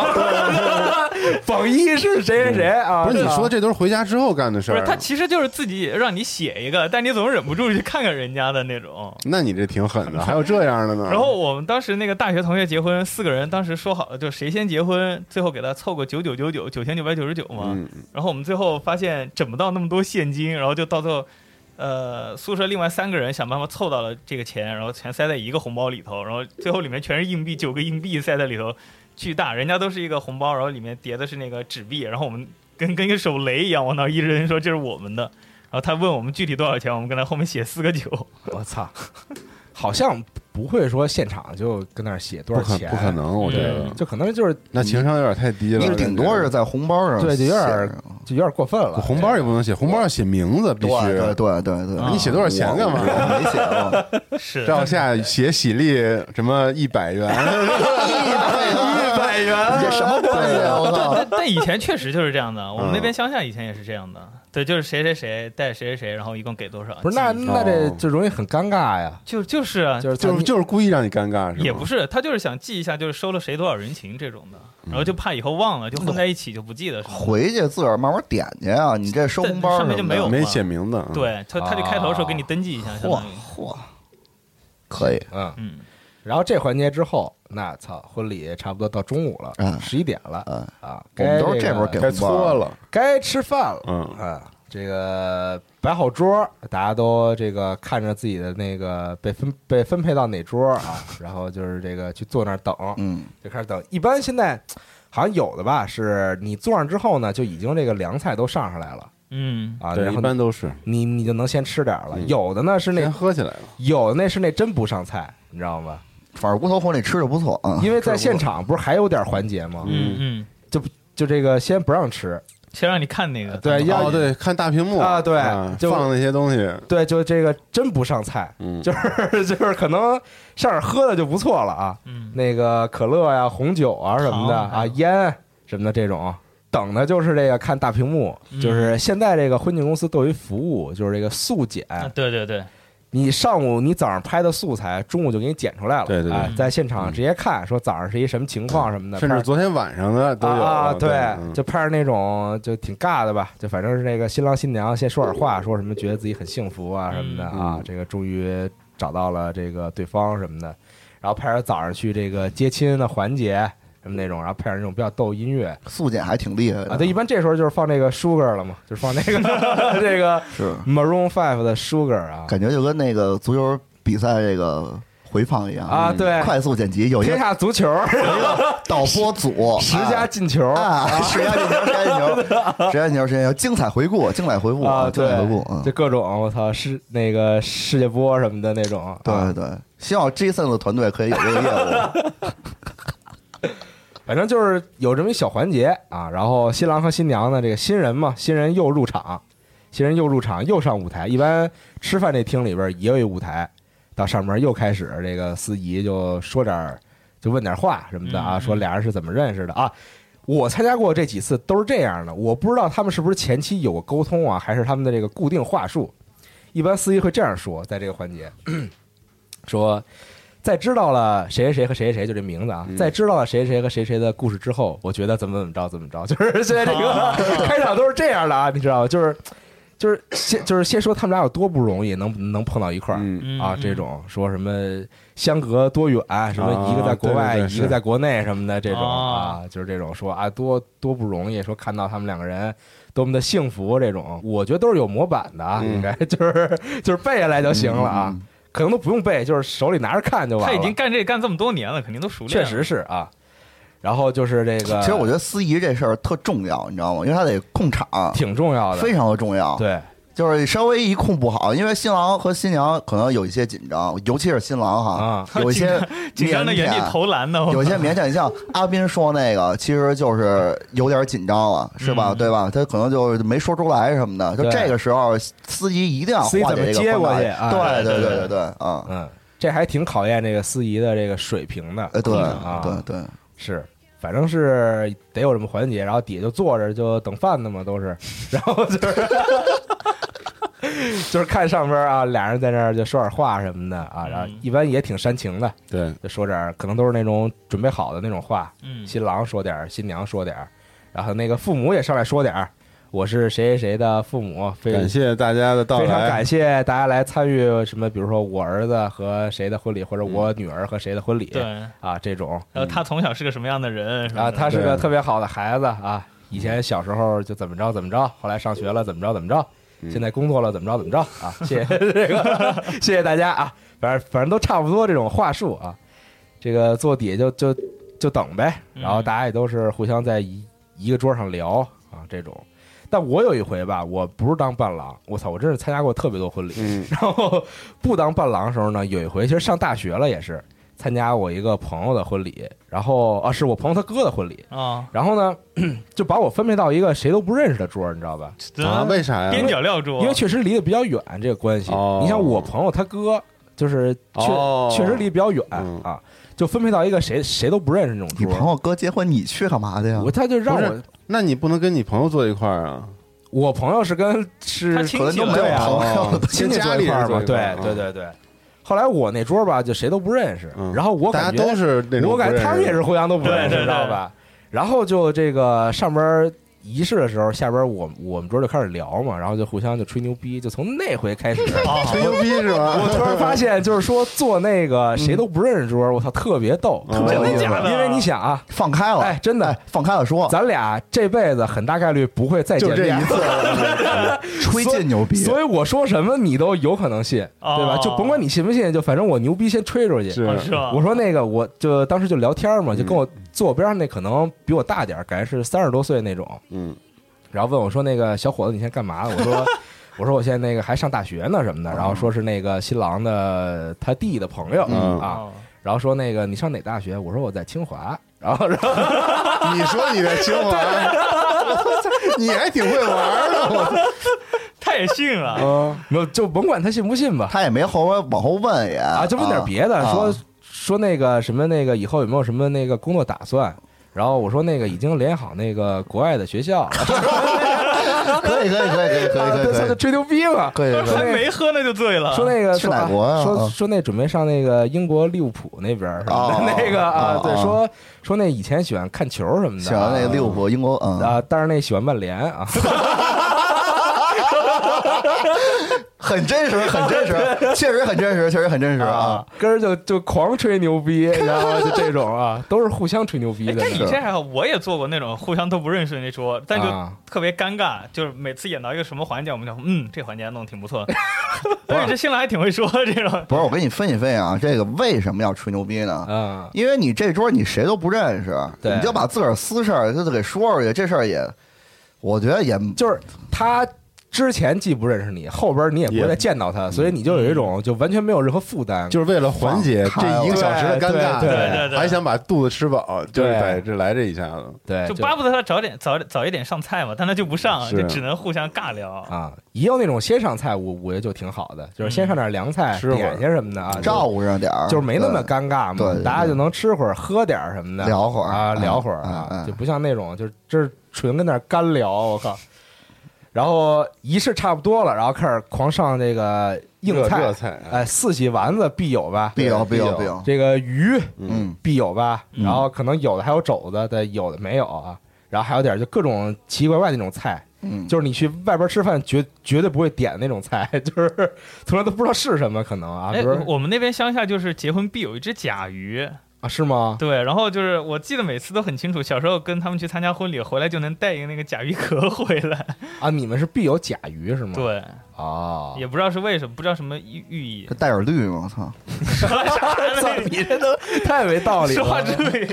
Speaker 3: 榜一是谁谁谁啊？
Speaker 5: 不是你
Speaker 3: 吧
Speaker 5: 说这都是回家之后干的事
Speaker 4: 不是
Speaker 5: 儿
Speaker 4: 他，，其实就是自己让你写一个，但你总忍不住去看看人家的那种。
Speaker 5: 那你这挺狠的，还有这样的呢。
Speaker 4: 然后我们当时那个大学同学结婚，四个人当时说好了，就谁先结婚，最后给他凑个九九九九九千九百九十九嘛。
Speaker 5: 嗯，
Speaker 4: 然后我们最后发现整不到那么多现金，然后就到最后，呃，宿舍另外三个人想办法凑到了这个钱，然后全塞在一个红包里头，然后最后里面全是硬币，九个硬币塞在里头，巨大，人家都是一个红包，然后里面叠的是那个纸币，然后我们跟 跟一个手雷一样往那儿一扔，说这是我们的。然后他问我们具体多少钱，我们跟他后面写四个九，
Speaker 3: 我操，好像不会说现场就跟那儿写多
Speaker 5: 不
Speaker 3: 少
Speaker 5: 可
Speaker 3: 钱，
Speaker 5: 不可，能，我觉得
Speaker 4: 嗯
Speaker 3: 就可能就是
Speaker 5: 那情商有点太低了。
Speaker 6: 你
Speaker 5: 这
Speaker 6: 顶多是在红包上写，
Speaker 3: 对，就有点就有点过分了。
Speaker 5: 红包也不能写，红包要写名字，必
Speaker 6: 对啊
Speaker 5: 须。啊
Speaker 6: 对对对对，
Speaker 5: 你写多少钱干嘛
Speaker 6: 我我没 写啊，
Speaker 4: 是
Speaker 5: 照下写喜力什么一百元，一百
Speaker 4: 员啊，
Speaker 6: 这什么关系啊！我操，
Speaker 4: 但但以前确实就是这样的，我们
Speaker 5: 嗯
Speaker 4: 那边乡下以前也是这样的，对，就是谁谁谁带谁谁谁，然后一共给多少，
Speaker 3: 不是那
Speaker 4: 记
Speaker 3: 那这就容易很尴尬呀，
Speaker 4: 就就是啊
Speaker 3: 就是
Speaker 5: 就是
Speaker 3: 咱
Speaker 5: 就是故意让你尴尬，是吗？
Speaker 4: 也不是，他就是想记一下，就是收了谁多少人情这种的，
Speaker 3: 嗯
Speaker 4: 然后就怕以后忘了，就混在一起就不记得什么。
Speaker 6: 回去自个儿慢慢点去啊！你这收红包
Speaker 4: 上面
Speaker 6: 什
Speaker 4: 就
Speaker 6: 么
Speaker 4: 没
Speaker 6: 的
Speaker 4: 有
Speaker 5: 没写名字，嗯，
Speaker 4: 对他，他就开头的时候给你登记一下，相
Speaker 6: 嚯
Speaker 4: 当于
Speaker 6: 嚯，可以
Speaker 3: 嗯，
Speaker 4: 嗯，
Speaker 3: 然后这环节之后，那操，婚礼差不多到中午了
Speaker 6: 嗯，
Speaker 3: 十一点了
Speaker 6: 嗯
Speaker 3: 啊，
Speaker 6: 我们都
Speaker 3: 该
Speaker 6: 是这
Speaker 3: 这
Speaker 6: 波给
Speaker 5: 该搓了，
Speaker 3: 该吃饭了，
Speaker 5: 嗯
Speaker 3: 啊，这个摆好桌，大家都这个看着自己的那个被分被分配到哪桌啊，然后就是这个去坐那儿等，
Speaker 6: 嗯，
Speaker 3: 就开始等。一般现在好像有的吧，是你坐上之后呢，就已经这个凉菜都上上来了
Speaker 4: 嗯，
Speaker 3: 啊，
Speaker 5: 对，
Speaker 3: 然
Speaker 5: 一
Speaker 3: 后
Speaker 5: 般都是
Speaker 3: 你你就能先吃点儿了。
Speaker 5: 嗯
Speaker 3: 有的呢是那
Speaker 5: 先喝起来了，
Speaker 3: 有的那是那真不上菜，你知道吗？
Speaker 6: 反正无头婚礼吃的不错啊，
Speaker 3: 因为在现场不是还有点环节吗？
Speaker 4: 嗯嗯，
Speaker 3: 就这个先不让吃，
Speaker 4: 先让你看那个，
Speaker 3: 对，要
Speaker 5: 哦对，看大屏幕
Speaker 3: 啊对就
Speaker 5: 放那些东西，
Speaker 3: 对，就这个真不上菜，
Speaker 5: 嗯，
Speaker 3: 就是就是 可能上点喝的就不错了啊，
Speaker 4: 嗯，
Speaker 3: 那个可乐呀、红酒啊什么的
Speaker 4: 糖
Speaker 3: 啊、烟什么的这种。等的就是这个看大屏幕，
Speaker 4: 嗯
Speaker 3: 就是现在这个婚庆公司都有一服务，就是这个速剪。
Speaker 4: 啊对对对，
Speaker 3: 你上午你早上拍的素材，中午就给你剪出来了，
Speaker 5: 对对对
Speaker 3: 哎在现场
Speaker 5: 嗯
Speaker 3: 直接看，说早上是一什么情况什么的，
Speaker 5: 甚
Speaker 3: 拍
Speaker 5: 至昨天晚上的都有
Speaker 3: 啊，
Speaker 5: 对，
Speaker 3: 对，
Speaker 5: 嗯
Speaker 3: 就拍着那种就挺尬的吧，就反正是那个新郎新娘先说点话，说什么觉得自己很幸福啊什么的
Speaker 5: 嗯
Speaker 3: 啊
Speaker 5: 嗯，
Speaker 3: 这个终于找到了这个对方什么的，然后拍着早上去这个接亲的环节什么那种，然后配上那种比较逗音乐
Speaker 6: 素简还挺厉害的
Speaker 3: 啊，
Speaker 5: 嗯
Speaker 3: 对，一般这时候就是放这个 Sugar 了嘛，就是放那 个这个
Speaker 6: 是
Speaker 3: Maroon Five 的 Sugar 啊
Speaker 6: 感觉就跟那个足球比赛这个回放一样
Speaker 3: 啊，对，
Speaker 6: 快速剪辑有一
Speaker 3: 天
Speaker 6: 个
Speaker 3: 下足球
Speaker 6: 导播组
Speaker 3: 十佳
Speaker 6: 啊
Speaker 3: 进球。
Speaker 6: 啊，十佳进球，十佳进球，十佳进球，十佳进球，精彩回顾，精彩回顾
Speaker 3: 啊，
Speaker 6: 精
Speaker 3: 对
Speaker 6: 彩回顾，嗯，
Speaker 3: 就各种我操世那个世界波什么的那种啊，
Speaker 6: 对对，希望 Jason 的团队可以有这个业务，
Speaker 3: 反正就是有这么一小环节啊，然后新郎和新娘呢，这个新人嘛，新人又入场，新人又入场又上舞台。一般吃饭这厅里边也有一舞台，到上面又开始这个司仪就说点儿，就问点话什么的啊，
Speaker 4: 嗯
Speaker 3: 说俩人是怎么认识的啊。我参加过这几次都是这样的，我不知道他们是不是前期有过沟通啊，还是他们的这个固定话术。一般司仪会这样说，在这个环节说。在知道了谁谁谁和谁谁谁就这名字啊，
Speaker 5: 嗯
Speaker 3: 在知道了谁谁谁和谁谁的故事之后，我觉得怎么怎么着怎么着， 就是现在这
Speaker 5: 啊
Speaker 3: 个开场都是这样的啊，你知道吗？就是就是先就是先说他们俩有多不容易，能能碰到一块儿。
Speaker 5: 嗯，
Speaker 4: 嗯
Speaker 3: 啊，
Speaker 4: 嗯
Speaker 3: 这种说什么相隔多远，什么一个在国
Speaker 5: 啊
Speaker 3: 外，
Speaker 5: 对对对
Speaker 3: 一个
Speaker 5: 是
Speaker 3: 在国内什么的这种
Speaker 4: 啊
Speaker 3: 啊，就是这种说啊多多不容易，说看到他们两个人多么的幸福这种，我觉得都是有模板的啊，
Speaker 5: 嗯
Speaker 3: 应该 就是 就是背下来就行了啊，可能都不用背，就是手里拿着看就完
Speaker 4: 他
Speaker 3: 了。
Speaker 4: 已经干这干这么多年了，肯定都熟练
Speaker 3: 确
Speaker 4: 了，
Speaker 3: 实是啊，然后就是这个，
Speaker 6: 其实我觉得司仪这事儿特重要，你知道吗？因为他得控场，
Speaker 3: 挺重要的，
Speaker 6: 非常的啊重要。，
Speaker 3: 对，
Speaker 6: 就是稍微一控不好，因为新郎和新娘可能有一些紧张，尤其是新郎哈
Speaker 3: 啊，
Speaker 6: 有一些
Speaker 4: 紧张的原地
Speaker 6: 腼腆
Speaker 4: 投篮呢，
Speaker 6: 有一些腼腆，像阿斌说那个，其实就是有点紧张了，是吧？
Speaker 4: 嗯
Speaker 6: 对吧？他可能就是没说出来什么的。就
Speaker 3: 对
Speaker 6: 这个时候，司仪一定要
Speaker 3: 司仪
Speaker 6: 化
Speaker 3: 怎么
Speaker 6: 解这个
Speaker 3: 接
Speaker 6: 尴
Speaker 3: 过
Speaker 6: 尬
Speaker 3: 去啊
Speaker 4: 对
Speaker 6: 对对
Speaker 4: 对
Speaker 6: 对对，啊，
Speaker 3: 嗯，这还挺考验这个司仪的这个水平的，
Speaker 6: 呃，对
Speaker 3: 啊
Speaker 6: 对对，
Speaker 3: 是，反正是得有这么环节，然后底下就坐着就等饭的嘛，都 是，然后就是就是看上边啊，俩人在那儿就说点话什么的啊，然后
Speaker 4: 嗯
Speaker 3: 一般也挺煽情的，
Speaker 5: 对，
Speaker 3: 就说点儿可能都是那种准备好的那种话，
Speaker 4: 嗯，
Speaker 3: 新郎说点儿，新娘说点儿，然后那个父母也上来说点儿，我是谁谁谁的父母，非
Speaker 5: 感谢大家的到
Speaker 3: 嗯非常
Speaker 5: 来
Speaker 3: 感，谢大家来参与什么，比如说我儿子和谁的婚礼，或者
Speaker 5: 嗯
Speaker 3: 我女儿和谁的婚礼，
Speaker 4: 对，
Speaker 3: 啊这种。
Speaker 4: 然后他从小是个什么样的人
Speaker 3: 啊，他是
Speaker 5: 对
Speaker 3: 个特别好的孩子啊。以前小时候就怎么着怎么着，后来上学了怎么着怎么着，现在工作了怎么着怎么着啊！谢谢 这个，谢谢大家啊！反正反正都差不多这种话术啊。这个坐底下就就就等呗，然后
Speaker 4: 嗯
Speaker 3: 大家也都是互相在一一个桌上聊啊这种。但我有一回吧，我不是当伴郎，我操，我真是参加过特别多婚礼，
Speaker 5: 嗯
Speaker 3: 然后不当伴郎的时候呢，有一回其实上大学了也是参加我一个朋友的婚礼，然后啊是我朋友他哥的婚礼，
Speaker 4: 啊，
Speaker 3: 然后呢 就把我分配到一个谁都不认识的桌儿，你知道吧？
Speaker 5: 啊，为啥呀？
Speaker 4: 边角料桌，
Speaker 3: 因为确实离得比较远，这个关系。
Speaker 5: 哦
Speaker 3: 你像我朋友他哥，就是确、
Speaker 5: 哦
Speaker 3: 确实离比较远、
Speaker 5: 嗯
Speaker 3: 啊，就分配到一个谁谁都不认识那种
Speaker 6: 你朋
Speaker 3: 桌。
Speaker 6: 友哥结婚，你去干嘛去呀
Speaker 3: 我？他就让
Speaker 5: 不
Speaker 3: 我
Speaker 5: 是，那你不能跟你朋友坐一块儿啊？
Speaker 3: 我朋友是跟是
Speaker 4: 他亲
Speaker 6: 可能
Speaker 4: 戚
Speaker 6: 都没
Speaker 4: 了
Speaker 6: 有
Speaker 4: 呀，
Speaker 6: 朋友
Speaker 5: 哦，
Speaker 3: 啊亲戚
Speaker 5: 跟家
Speaker 3: 坐一
Speaker 5: 里人
Speaker 3: 块儿嘛，
Speaker 5: 坐一块
Speaker 3: 对
Speaker 5: 儿
Speaker 3: 对
Speaker 5: 嗯
Speaker 3: 对对。后来我那桌吧，就谁都不认识，
Speaker 5: 嗯
Speaker 3: 然后我
Speaker 5: 大家
Speaker 3: 感觉
Speaker 5: 都是那种
Speaker 3: 我
Speaker 5: 不
Speaker 3: 感
Speaker 5: 认识
Speaker 3: 觉
Speaker 5: 的，
Speaker 3: 他们也是互相都不认识，
Speaker 4: 对对对
Speaker 3: 知道吧？然后就这个上边仪式的时候，下边我我们桌就开始聊嘛，然后就互相就吹牛逼，就从那回 开始，
Speaker 4: 哦
Speaker 5: 吹牛逼是吧？
Speaker 3: 我突然发现，就是说做那个谁都不认识桌，我操，特别逗，
Speaker 5: 嗯哦
Speaker 6: 特别有
Speaker 4: 真
Speaker 6: 意
Speaker 4: 的假
Speaker 6: 思。
Speaker 4: 的？
Speaker 3: 因为你想啊，
Speaker 6: 放开了，
Speaker 3: 哎，真的
Speaker 6: 哎，，放开了说，
Speaker 3: 咱俩这辈子很大概率不会再见
Speaker 5: 就这
Speaker 3: 面
Speaker 5: 一。次了，
Speaker 6: 吹劲牛逼，
Speaker 3: 所以我说什么你都有可能信，对吧？
Speaker 4: 哦
Speaker 3: 就甭管你信不信，就反正我牛逼先吹出去。
Speaker 5: 是
Speaker 4: 哦是吧？
Speaker 3: 我说那个，我就当时就聊天嘛，就跟我坐我边上那可能比我大点儿，感觉是三十多岁那种，
Speaker 5: 嗯
Speaker 3: 然后问我说：“那个小伙子，你现在干嘛？”我说：“我说我现在那个还上大学呢什么的。”然后说是那个新郎的他弟的朋友
Speaker 5: 嗯
Speaker 3: 啊，
Speaker 4: 哦
Speaker 3: 然后说那个你上哪大学？我说我在清华。然后然后
Speaker 5: 你说你在清华， 你还挺会玩的，我
Speaker 4: 他也信了，
Speaker 3: 没有就甭管他信不信吧，
Speaker 6: 他也没后边往后问也
Speaker 3: 啊，
Speaker 6: 啊
Speaker 3: 就问点别的，说说那个什么那个以后有没有什么那个工作打算？然后我说那个已经联系好那个国外的学校，
Speaker 6: 啊可以可以可以可以可以
Speaker 3: 啊对，
Speaker 6: 可
Speaker 3: 他
Speaker 6: 以
Speaker 3: 就吹牛逼嘛。
Speaker 6: 可以 可以
Speaker 4: 还没喝呢就醉了。
Speaker 3: 说那个
Speaker 6: 去
Speaker 3: 说
Speaker 6: 哪
Speaker 3: 啊
Speaker 6: 国啊
Speaker 3: 说
Speaker 6: 啊
Speaker 3: 说那准备上那个英国利物浦那边儿什么
Speaker 6: 哦
Speaker 3: 的， 那个啊
Speaker 6: 哦，
Speaker 3: 对，
Speaker 6: 哦
Speaker 3: 说说那以前喜欢看球什么的，
Speaker 6: 喜欢那个利物浦英国嗯，
Speaker 3: 啊，但是那喜欢曼联啊，
Speaker 6: 很真实很 真实，确实很真实确实很真实啊，
Speaker 3: 根儿就就狂吹牛逼，然后就这种啊，都是互相吹牛逼
Speaker 4: 哎，
Speaker 3: 的
Speaker 4: 但你
Speaker 6: 是
Speaker 4: 这还好，我也做过那种互相都不认识的那桌，但就
Speaker 3: 啊
Speaker 4: 特别尴尬，就是每次演到一个什么环节，我们讲，嗯，这环节弄得挺不错的， 但是这新郎还挺会说这种，
Speaker 6: 不是我给你分析分析啊，这个为什么要吹牛逼呢？
Speaker 3: 啊，
Speaker 6: 因为你这桌你谁都不认识，
Speaker 3: 对
Speaker 6: 你就把自个儿私事儿就给说出去，这事儿也，我觉得也
Speaker 3: 就是他。之前既不认识你，后边你也不会再见到
Speaker 6: 嗯
Speaker 3: 他，所以你就有一种就完全没有任何负担，
Speaker 5: 就是为了缓解这一个小时的尴尬，
Speaker 3: 对对
Speaker 4: 对对
Speaker 5: 还想把肚子吃饱，就是
Speaker 3: 对
Speaker 5: 在这来这一下子，
Speaker 3: 对，
Speaker 4: 就巴不得他早点早早一点上菜嘛，但他就不上，
Speaker 5: 是
Speaker 4: 就只能互相尬聊。
Speaker 3: 啊，也有那种先上菜，我我觉得就挺好的，就是先
Speaker 6: 嗯
Speaker 3: 上点凉菜，
Speaker 5: 吃会儿
Speaker 3: 点些什么的啊，
Speaker 6: 照顾上点儿，
Speaker 3: 就是没那么
Speaker 6: 对
Speaker 3: 尴尬嘛，
Speaker 6: 对对
Speaker 3: 大家就能吃会儿、喝点儿什么的，
Speaker 6: 聊会儿
Speaker 3: 啊，
Speaker 6: 嗯
Speaker 3: 聊会儿啊，
Speaker 6: 嗯嗯
Speaker 3: 就不像那种就是这是纯跟那儿干聊，我靠。然后仪式差不多了，然后开始狂上这个硬
Speaker 5: 热
Speaker 3: 菜
Speaker 5: 热，菜，
Speaker 3: 哎，四喜丸子必有吧，
Speaker 6: 必有必有
Speaker 5: 必有
Speaker 6: 必有，
Speaker 3: 这个鱼
Speaker 6: 嗯，
Speaker 3: 必有吧，
Speaker 6: 嗯
Speaker 3: 然后可能有的还有肘子对，有的没有啊，然后还有点就各种奇奇怪怪那种菜，
Speaker 6: 嗯，
Speaker 3: 就是你去外边吃饭绝绝对不会点那种菜， 就是从来都不知道是什么，可能啊，比
Speaker 4: 哎，
Speaker 3: 如说
Speaker 4: 我们那边乡下就是结婚必有一只甲鱼，
Speaker 3: 啊是 吗？
Speaker 4: 对，然后就是我记得每次都很清楚，小时候跟他们去参加婚礼回来就能带一个那个甲鱼壳回 来，
Speaker 3: 啊，你们是必有甲鱼是吗？
Speaker 4: 对，
Speaker 3: 啊，
Speaker 4: 也不知道是为什么，不知道什么寓寓意
Speaker 6: 这，带点绿嘛，我操，
Speaker 3: 操你这 都太没道理呃
Speaker 4: 说话
Speaker 3: 了。
Speaker 4: 对，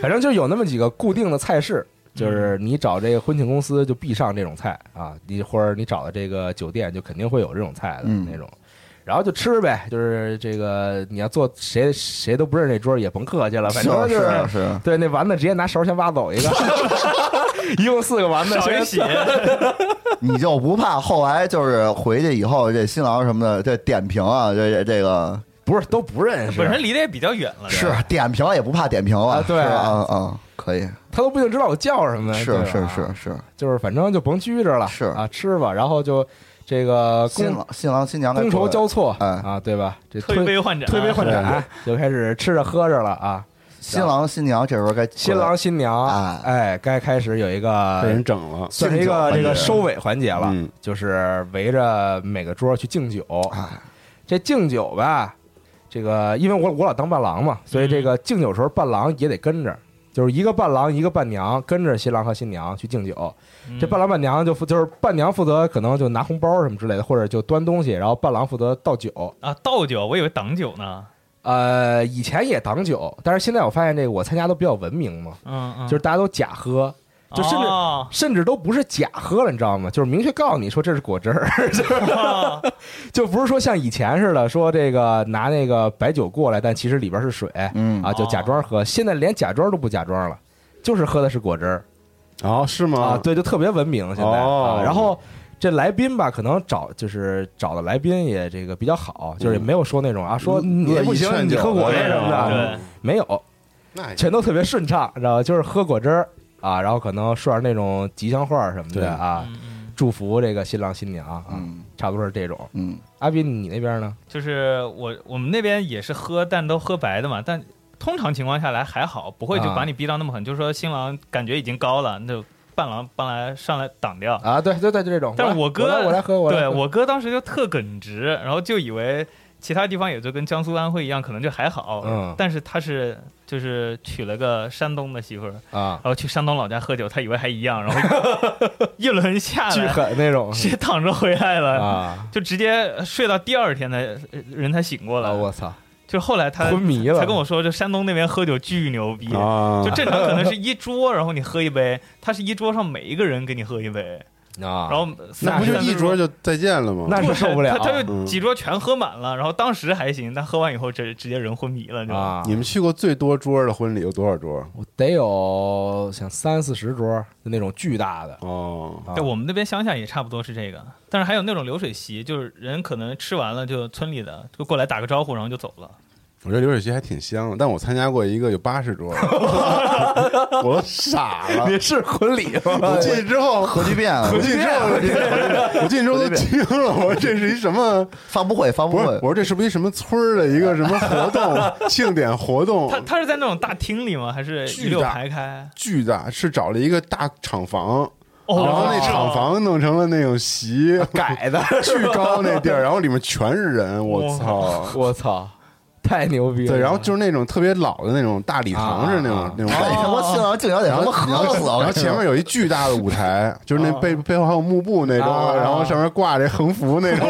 Speaker 3: 反正就有那么几个固定的菜式，就是你找这个婚庆公司就必上这种菜啊，你或者你找的这个酒店就肯定会有这种菜的
Speaker 6: 嗯
Speaker 3: 那种。然后就吃呗，就是这个你要做谁谁都不认识这桌也甭客气了，反正就是
Speaker 6: 是，
Speaker 3: 对那丸子直接拿勺先挖走一 个， 一共四个丸子，
Speaker 4: 少
Speaker 3: 先
Speaker 4: 一血，
Speaker 6: 你就不怕后来就是回去以后这新郎什么的这点评啊，这这这个
Speaker 3: 不是都不认识，
Speaker 4: 本身离得也比较远了，
Speaker 6: 是点评也不怕点评
Speaker 3: 啊
Speaker 6: 了，
Speaker 3: 对
Speaker 6: 是吧啊啊，可以，
Speaker 3: 他都不一定知道我叫什么，对啊
Speaker 6: 是
Speaker 3: 吧
Speaker 6: 是是是，
Speaker 3: 就是反正就甭拘着了，
Speaker 6: 是
Speaker 3: 啊，吃吧，然后就这个
Speaker 6: 新
Speaker 3: 觥
Speaker 6: 郎新郎新娘该
Speaker 3: 觥筹
Speaker 6: 过来
Speaker 3: 交错，
Speaker 6: 哎
Speaker 3: 啊，对吧？这
Speaker 4: 推
Speaker 3: 推
Speaker 4: 杯换盏，啊
Speaker 3: 推杯换盏，就开始吃着喝着了啊。
Speaker 6: 新郎新娘这时候该
Speaker 3: 新郎新娘
Speaker 6: 啊，
Speaker 3: 哎，该开始有一
Speaker 5: 被
Speaker 3: 个
Speaker 5: 人整了，
Speaker 3: 算是一个这
Speaker 6: 敬酒
Speaker 3: 个
Speaker 6: 环节
Speaker 3: 收尾环节了
Speaker 5: 嗯，
Speaker 3: 就是围着每个桌去敬酒
Speaker 6: 哎。
Speaker 3: 这敬酒吧，这个因为我我老当伴郎嘛，所以
Speaker 4: 嗯
Speaker 3: 这个敬酒时候伴郎也得跟着。就是一个伴郎，一个伴娘跟着新郎和新娘去敬酒，
Speaker 4: 嗯
Speaker 3: 这伴郎伴娘就负就是伴娘负责可能就拿红包什么之类的，或者就端东西，然后伴郎负责倒酒，
Speaker 4: 啊，倒酒，我以为挡酒呢。
Speaker 3: 呃，以前也挡酒，但是现在我发现这个我参加都比较文明嘛，
Speaker 4: 嗯嗯，
Speaker 3: 就是大家都假喝，就甚至
Speaker 4: 哦
Speaker 3: 甚至都不是假喝了，你知道吗？就是明确告诉你说这是果汁儿，
Speaker 4: 哦
Speaker 3: 就不是说像以前似的说这个拿那个白酒过来，但其实里边是水
Speaker 6: 嗯
Speaker 3: 啊，就假装喝。现在连假装都不假装了，就是喝的是果汁儿
Speaker 5: 哦，是吗
Speaker 4: 啊
Speaker 3: 啊啊，？对，就特别文明现在
Speaker 5: 哦
Speaker 3: 啊。然后这来宾吧，可能找就是找的来宾也这个比较好，就是也
Speaker 4: 嗯
Speaker 3: 没有说那种啊，说你
Speaker 5: 恶意
Speaker 3: 不行，
Speaker 5: 劝
Speaker 3: 你
Speaker 5: 酒
Speaker 3: 喝我
Speaker 5: 的
Speaker 3: 这
Speaker 5: 那
Speaker 3: 什么
Speaker 5: 种
Speaker 3: 的，
Speaker 4: 对，
Speaker 3: 没有，
Speaker 5: 那
Speaker 3: 全都特别顺畅，知道吧？就是喝果汁儿啊，然后可能说点那种吉祥话什么
Speaker 5: 对
Speaker 3: 的啊，
Speaker 4: 嗯嗯
Speaker 3: 祝福这个新郎新娘啊，
Speaker 6: 嗯
Speaker 3: 差不多是这种。
Speaker 6: 嗯，
Speaker 3: 阿斌，你那边呢？
Speaker 4: 就是我我们那边也是喝，但都喝白的嘛，但。通常情况下来还好，不会就
Speaker 3: 啊
Speaker 4: 把你逼到那么狠，就是说新郎感觉已经高了，那就伴郎伴来上来挡掉。
Speaker 3: 啊，对对对，就这种。
Speaker 4: 但是
Speaker 3: 我
Speaker 4: 我哥
Speaker 3: 来我来喝，我来
Speaker 4: 对
Speaker 3: 喝
Speaker 4: 我哥当时就特耿直，然后就以为其他地方也就跟江苏、安徽一样，可能就还好。
Speaker 3: 嗯
Speaker 4: 但是他是就是娶了个山东的媳妇儿，然
Speaker 3: 啊，
Speaker 4: 后去山东老家喝酒，他以为还一样，然后一 轮下
Speaker 3: 巨
Speaker 4: 来，
Speaker 3: 狠那种
Speaker 4: 直接躺着回来了，
Speaker 3: 啊
Speaker 4: 就直接睡到第二天才呃人才醒过来。
Speaker 3: 啊！我操，
Speaker 4: 就后来他
Speaker 3: 昏迷了，
Speaker 4: 才跟我说，就山东那边喝酒巨牛逼。
Speaker 5: 啊
Speaker 4: 就正常可能是一桌，然后你喝一杯，他是一桌上每一个人给你喝一杯，
Speaker 3: 啊，
Speaker 4: 然后
Speaker 5: 那不就一桌就再见了吗？
Speaker 3: 那是受不了
Speaker 4: 他他就
Speaker 5: 嗯
Speaker 4: 几桌全喝满了，然后当时还行，但喝完以后直直接人昏迷了，就、
Speaker 3: 啊，
Speaker 5: 你们去过最多桌的婚礼有多少桌？
Speaker 3: 我得有像三四十桌，就那种巨大的。
Speaker 5: 哦，
Speaker 3: 啊
Speaker 4: 对，我们那边乡下也差不多是这个，但是还有那种流水席，就是人可能吃完了就村里的就过来打个招呼，然后就走了。
Speaker 5: 我觉得流水席还挺香的，但我参加过一个有八十桌，我都傻了。
Speaker 3: 你是婚礼
Speaker 5: 我
Speaker 3: 吗？
Speaker 5: 进去之后，
Speaker 6: 核聚变啊，
Speaker 5: 我进去之后，我进去之后都惊了，我说这是一什么？
Speaker 6: 发布会，发布
Speaker 5: 不是，
Speaker 6: 会
Speaker 5: 我，说这是不是一什么村儿的一个什么活动庆典活动？
Speaker 4: 他他是在那种大厅里吗？还是
Speaker 5: 哦巨大
Speaker 4: 一溜排开？
Speaker 5: 巨大，是找了一个大厂房，
Speaker 4: 哦，
Speaker 5: 然后 那厂房弄成了那种席，
Speaker 3: 改 的，
Speaker 5: 巨高那地儿，然后里面全是人，我
Speaker 4: 哇
Speaker 5: 操！
Speaker 3: 我操，太牛逼了！
Speaker 5: 对，然嗯后就是那种特别老的那种大礼堂似的那种、
Speaker 3: 啊
Speaker 5: 那种
Speaker 6: 哎
Speaker 5: 感觉。
Speaker 6: 呀我新郎竟然得他妈喝死我
Speaker 5: 然后
Speaker 6: 跟你
Speaker 5: 前
Speaker 6: 说
Speaker 5: 面有一巨大的舞台，就是那背背后还有幕布
Speaker 3: 啊
Speaker 5: 那种，然后上面挂着横幅那种，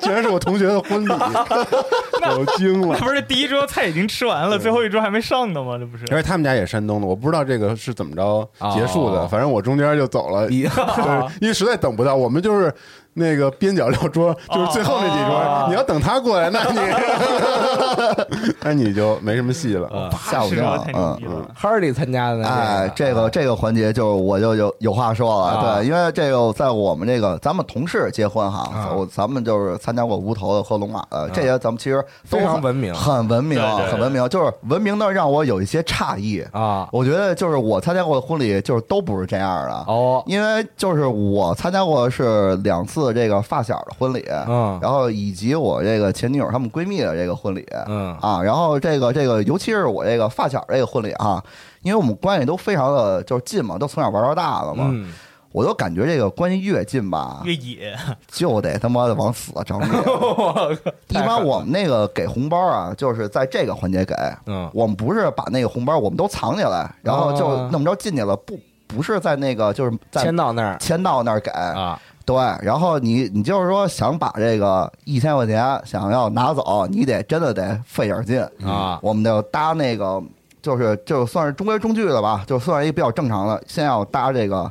Speaker 5: 全是我同学的婚 礼，我惊了
Speaker 4: 那。 不是第一桌菜已经吃完了，最后一桌还没上呢吗？这不是
Speaker 5: 因为他们家也山东的，我不知道这个是怎么着结束的，
Speaker 3: 哦
Speaker 5: 反正我中间就走了，
Speaker 3: 你
Speaker 5: 对，因为实在等不到，我们就是那个边角料桌，就是最后那几桌，
Speaker 3: 哦
Speaker 5: 你要等他过来，那 你那你就没什么戏了。
Speaker 6: 下午
Speaker 4: 是吗？
Speaker 6: 上
Speaker 4: 太，牛
Speaker 3: 啊
Speaker 6: 嗯
Speaker 4: 逼。了！
Speaker 3: 哈利参加的呢？
Speaker 6: 哎，这个这个环节就我就有有话说
Speaker 3: 啊
Speaker 6: 了，对，因为这个在我们这个咱们同事结婚
Speaker 3: 啊
Speaker 6: 哈，我咱们就是参加过无头的和龙马的，这些咱们其实都
Speaker 3: 非常
Speaker 6: 很
Speaker 3: 文明
Speaker 6: 很文明
Speaker 4: 对对，对
Speaker 6: 很文明，就是文明的让我有一些诧异。
Speaker 3: 啊，
Speaker 6: 我觉得就是我参加过的婚礼，就是都不是这样的。
Speaker 3: 哦，
Speaker 6: 因为就是我参加过是两次这个发小的婚礼，
Speaker 3: 嗯
Speaker 6: 然后以及我这个前女友她们闺蜜的这个婚礼，
Speaker 3: 嗯
Speaker 6: 啊，然后这个这个，尤其是我这个发小这个婚礼啊，因为我们关系都非常的就是近嘛，都从小玩到大了嘛，
Speaker 3: 嗯，
Speaker 6: 我都感觉这个关系越近吧，
Speaker 4: 越野，
Speaker 3: 啊
Speaker 6: 就得他妈的往死了 整理。
Speaker 3: 我靠
Speaker 6: 一般我们那个给红包啊，就是在这个环节给，
Speaker 3: 嗯
Speaker 6: 我们不是把那个红包我们都藏起来，然后就那么着进去了，不不是在那个就是在
Speaker 3: 哦签到那儿
Speaker 6: 签到那儿给，
Speaker 3: 啊，
Speaker 6: 对，然后你你就是说想把这个一千块钱想要拿走，你得真的得费点劲
Speaker 3: 啊
Speaker 6: 我们就搭那个，就是就算是中规中矩的吧，就算是一比较正常的。先要搭这个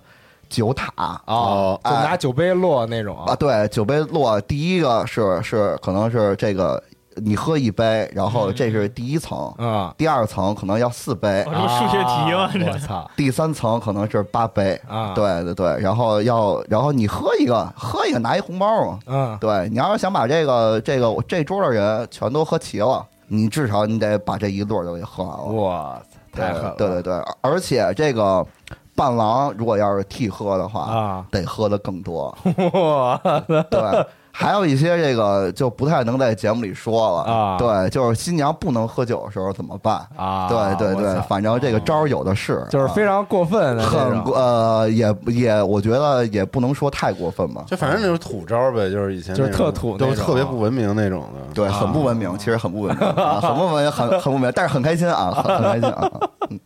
Speaker 6: 酒塔
Speaker 3: 哦，就
Speaker 6: 哎
Speaker 3: 拿酒杯落那种
Speaker 6: 啊，对，酒杯落第一个是是可能是这个你喝一杯，然
Speaker 3: 嗯
Speaker 6: 后这是第一层，
Speaker 3: 啊，
Speaker 6: 第二层可能要四杯
Speaker 4: 哦，这不数学题吗？
Speaker 3: 我
Speaker 4: 这
Speaker 3: 操
Speaker 6: 第三层可能是八杯。
Speaker 3: 啊，，
Speaker 6: 对对对，然后要然后你喝一个，喝一个拿一红包嘛。
Speaker 3: 嗯
Speaker 6: 对你要是想把这个这个这桌的人全都喝齐了，你至少你得把这一摞都给喝完了。
Speaker 3: 我操，太狠了，
Speaker 6: 哦对对对，而且这个伴郎如果要是替喝的话，
Speaker 3: 啊
Speaker 6: 得喝的更 多。
Speaker 3: 哇，
Speaker 6: 对，还有一些这个就不太能在节目里说了。
Speaker 3: 啊
Speaker 6: 对，就是新娘不能喝酒的时候怎么办？
Speaker 3: 啊
Speaker 6: 对对
Speaker 3: 我
Speaker 6: 对
Speaker 3: 操，
Speaker 6: 反正这个招儿有的是，
Speaker 3: 就是
Speaker 6: 啊
Speaker 3: 非常过分的那
Speaker 6: 很
Speaker 3: 种
Speaker 6: 过呃，也也我觉得也不能说太过分吧。
Speaker 5: 就反正那种土招呗，就是以前
Speaker 3: 就是
Speaker 5: 那种
Speaker 3: 特土那
Speaker 5: 都
Speaker 3: 种啊
Speaker 5: 特别不文明那种的。
Speaker 6: 对，很不文明，其实很不文明，啊很不文明，很很不文明，但是很开心啊，很很开心啊。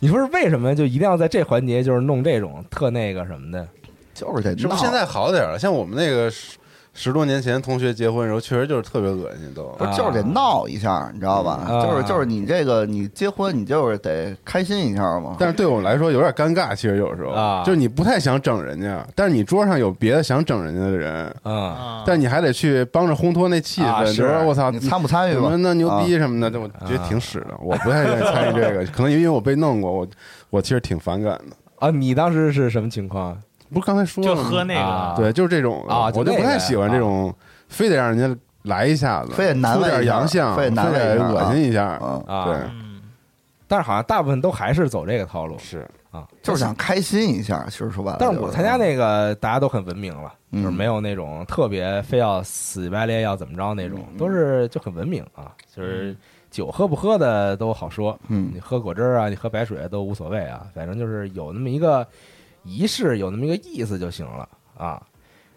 Speaker 3: 你说是为什么就一定要在这环节就是弄这种特那个什么的？
Speaker 6: 就是这闹，
Speaker 5: 是不是现在好点儿了？像我们那个十十多年前同学结婚的时候，确实就是特别恶心都。
Speaker 6: 不是就是得闹一下，你知道吧？
Speaker 3: 啊
Speaker 6: 就是就是你这个你结婚，你就是得开心一下嘛。
Speaker 5: 但是对我们来说有点尴尬，其实有时候
Speaker 3: 啊
Speaker 5: 就是你不太想整人家，但是你桌上有别的想整人家的人，
Speaker 3: 嗯，
Speaker 4: 啊
Speaker 5: 但你还得去帮着烘托那气
Speaker 3: 啊
Speaker 5: 氛，
Speaker 3: 是
Speaker 5: 就说我操，
Speaker 6: 你参不参与
Speaker 5: 什
Speaker 6: 吧
Speaker 5: 么？那牛逼什么的，我觉得挺屎的，我不太愿意参与 这个，可能因为我被弄过，我我其实挺反感的。
Speaker 3: 啊，你当时是什么情况？
Speaker 5: 不是刚才说了
Speaker 4: 就
Speaker 5: 吗
Speaker 4: 喝那个
Speaker 3: 啊
Speaker 5: 对，就是这种
Speaker 3: 啊就
Speaker 5: 我就不
Speaker 3: 那个
Speaker 5: 太喜欢
Speaker 3: 啊
Speaker 5: 这种，非得让人家来一下子，
Speaker 6: 非得难
Speaker 5: 出
Speaker 6: 为
Speaker 5: 点
Speaker 6: 一下
Speaker 5: 洋相，
Speaker 6: 非得难为一下
Speaker 5: 恶心一下，
Speaker 6: 嗯，
Speaker 3: 啊，
Speaker 5: 对
Speaker 4: 嗯，
Speaker 3: 但是好像大部分都还是走这个套路。
Speaker 5: 是
Speaker 6: 就是想开心一下。其实说白了，
Speaker 3: 但是我参加那个大家都很文明了，
Speaker 6: 嗯
Speaker 3: 就是没有那种特别非要死乞白赖要怎么着那种，
Speaker 6: 嗯
Speaker 3: 都是就很文明啊，
Speaker 4: 嗯
Speaker 3: 就是酒喝不喝的都好说，
Speaker 6: 嗯
Speaker 3: 你喝果汁儿啊，你喝白水都无所谓啊，反正就是有那么一个仪式，有那么一个意思就行了啊。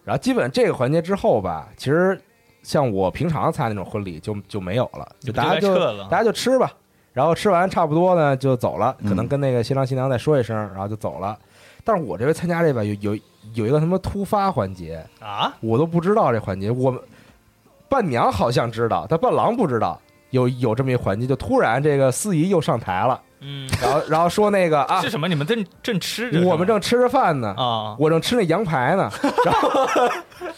Speaker 3: 然后基本这个环节之后吧，其实像我平常参加那种婚礼就就没有了，就大家
Speaker 4: 就
Speaker 3: 就
Speaker 4: 该撤了
Speaker 3: 大家就吃吧，然后吃完差不多呢就走了，
Speaker 6: 嗯
Speaker 3: 可能跟那个新郎新娘再说一声，然后就走了。但是我这回参加这边有有有一个什么突发环节，
Speaker 4: 啊，
Speaker 3: 我都不知道这环节，我们伴娘好像知道，但伴郎不知道。有有这么一环节，就突然这个司仪又上台了，
Speaker 4: 嗯，
Speaker 3: 然后然后说那个啊
Speaker 4: 是，什么？你们正正吃着是吗，
Speaker 3: 我们正吃着饭呢，
Speaker 4: 啊，
Speaker 3: 我正吃那羊排呢，然后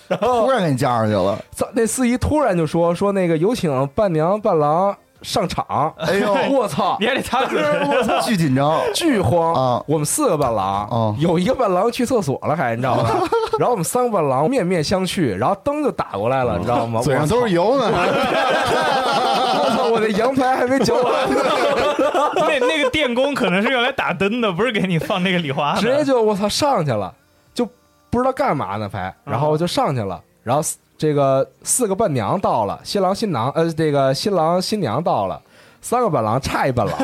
Speaker 3: 然
Speaker 6: 突
Speaker 3: 后
Speaker 6: 然给你加上 去了，
Speaker 3: 操那司仪突然就说说那个有请伴娘伴郎上场，
Speaker 6: 哎呦，
Speaker 3: 我操
Speaker 4: 你，还得擦嘴，
Speaker 3: 我操，
Speaker 6: 巨紧张，
Speaker 3: 巨慌
Speaker 6: 啊
Speaker 3: 我们四个伴郎，
Speaker 6: 哦
Speaker 3: 有一个伴郎去厕所了还，你知道吗？ 然后我们三个伴郎面面相觑，然后灯就打过来了，你知道吗？
Speaker 5: 嘴上都是油呢，
Speaker 3: 我操，我的羊排还没嚼完呢，
Speaker 4: 那那个电工可能是用来打灯的，不是给你放那个礼花的，
Speaker 3: 直接就我操上去了，就不知道干嘛呢，还，然后就上去了，然后四这个四个伴娘到了，新郎新郎呃，这个新郎新娘到了，三个伴郎差一伴郎，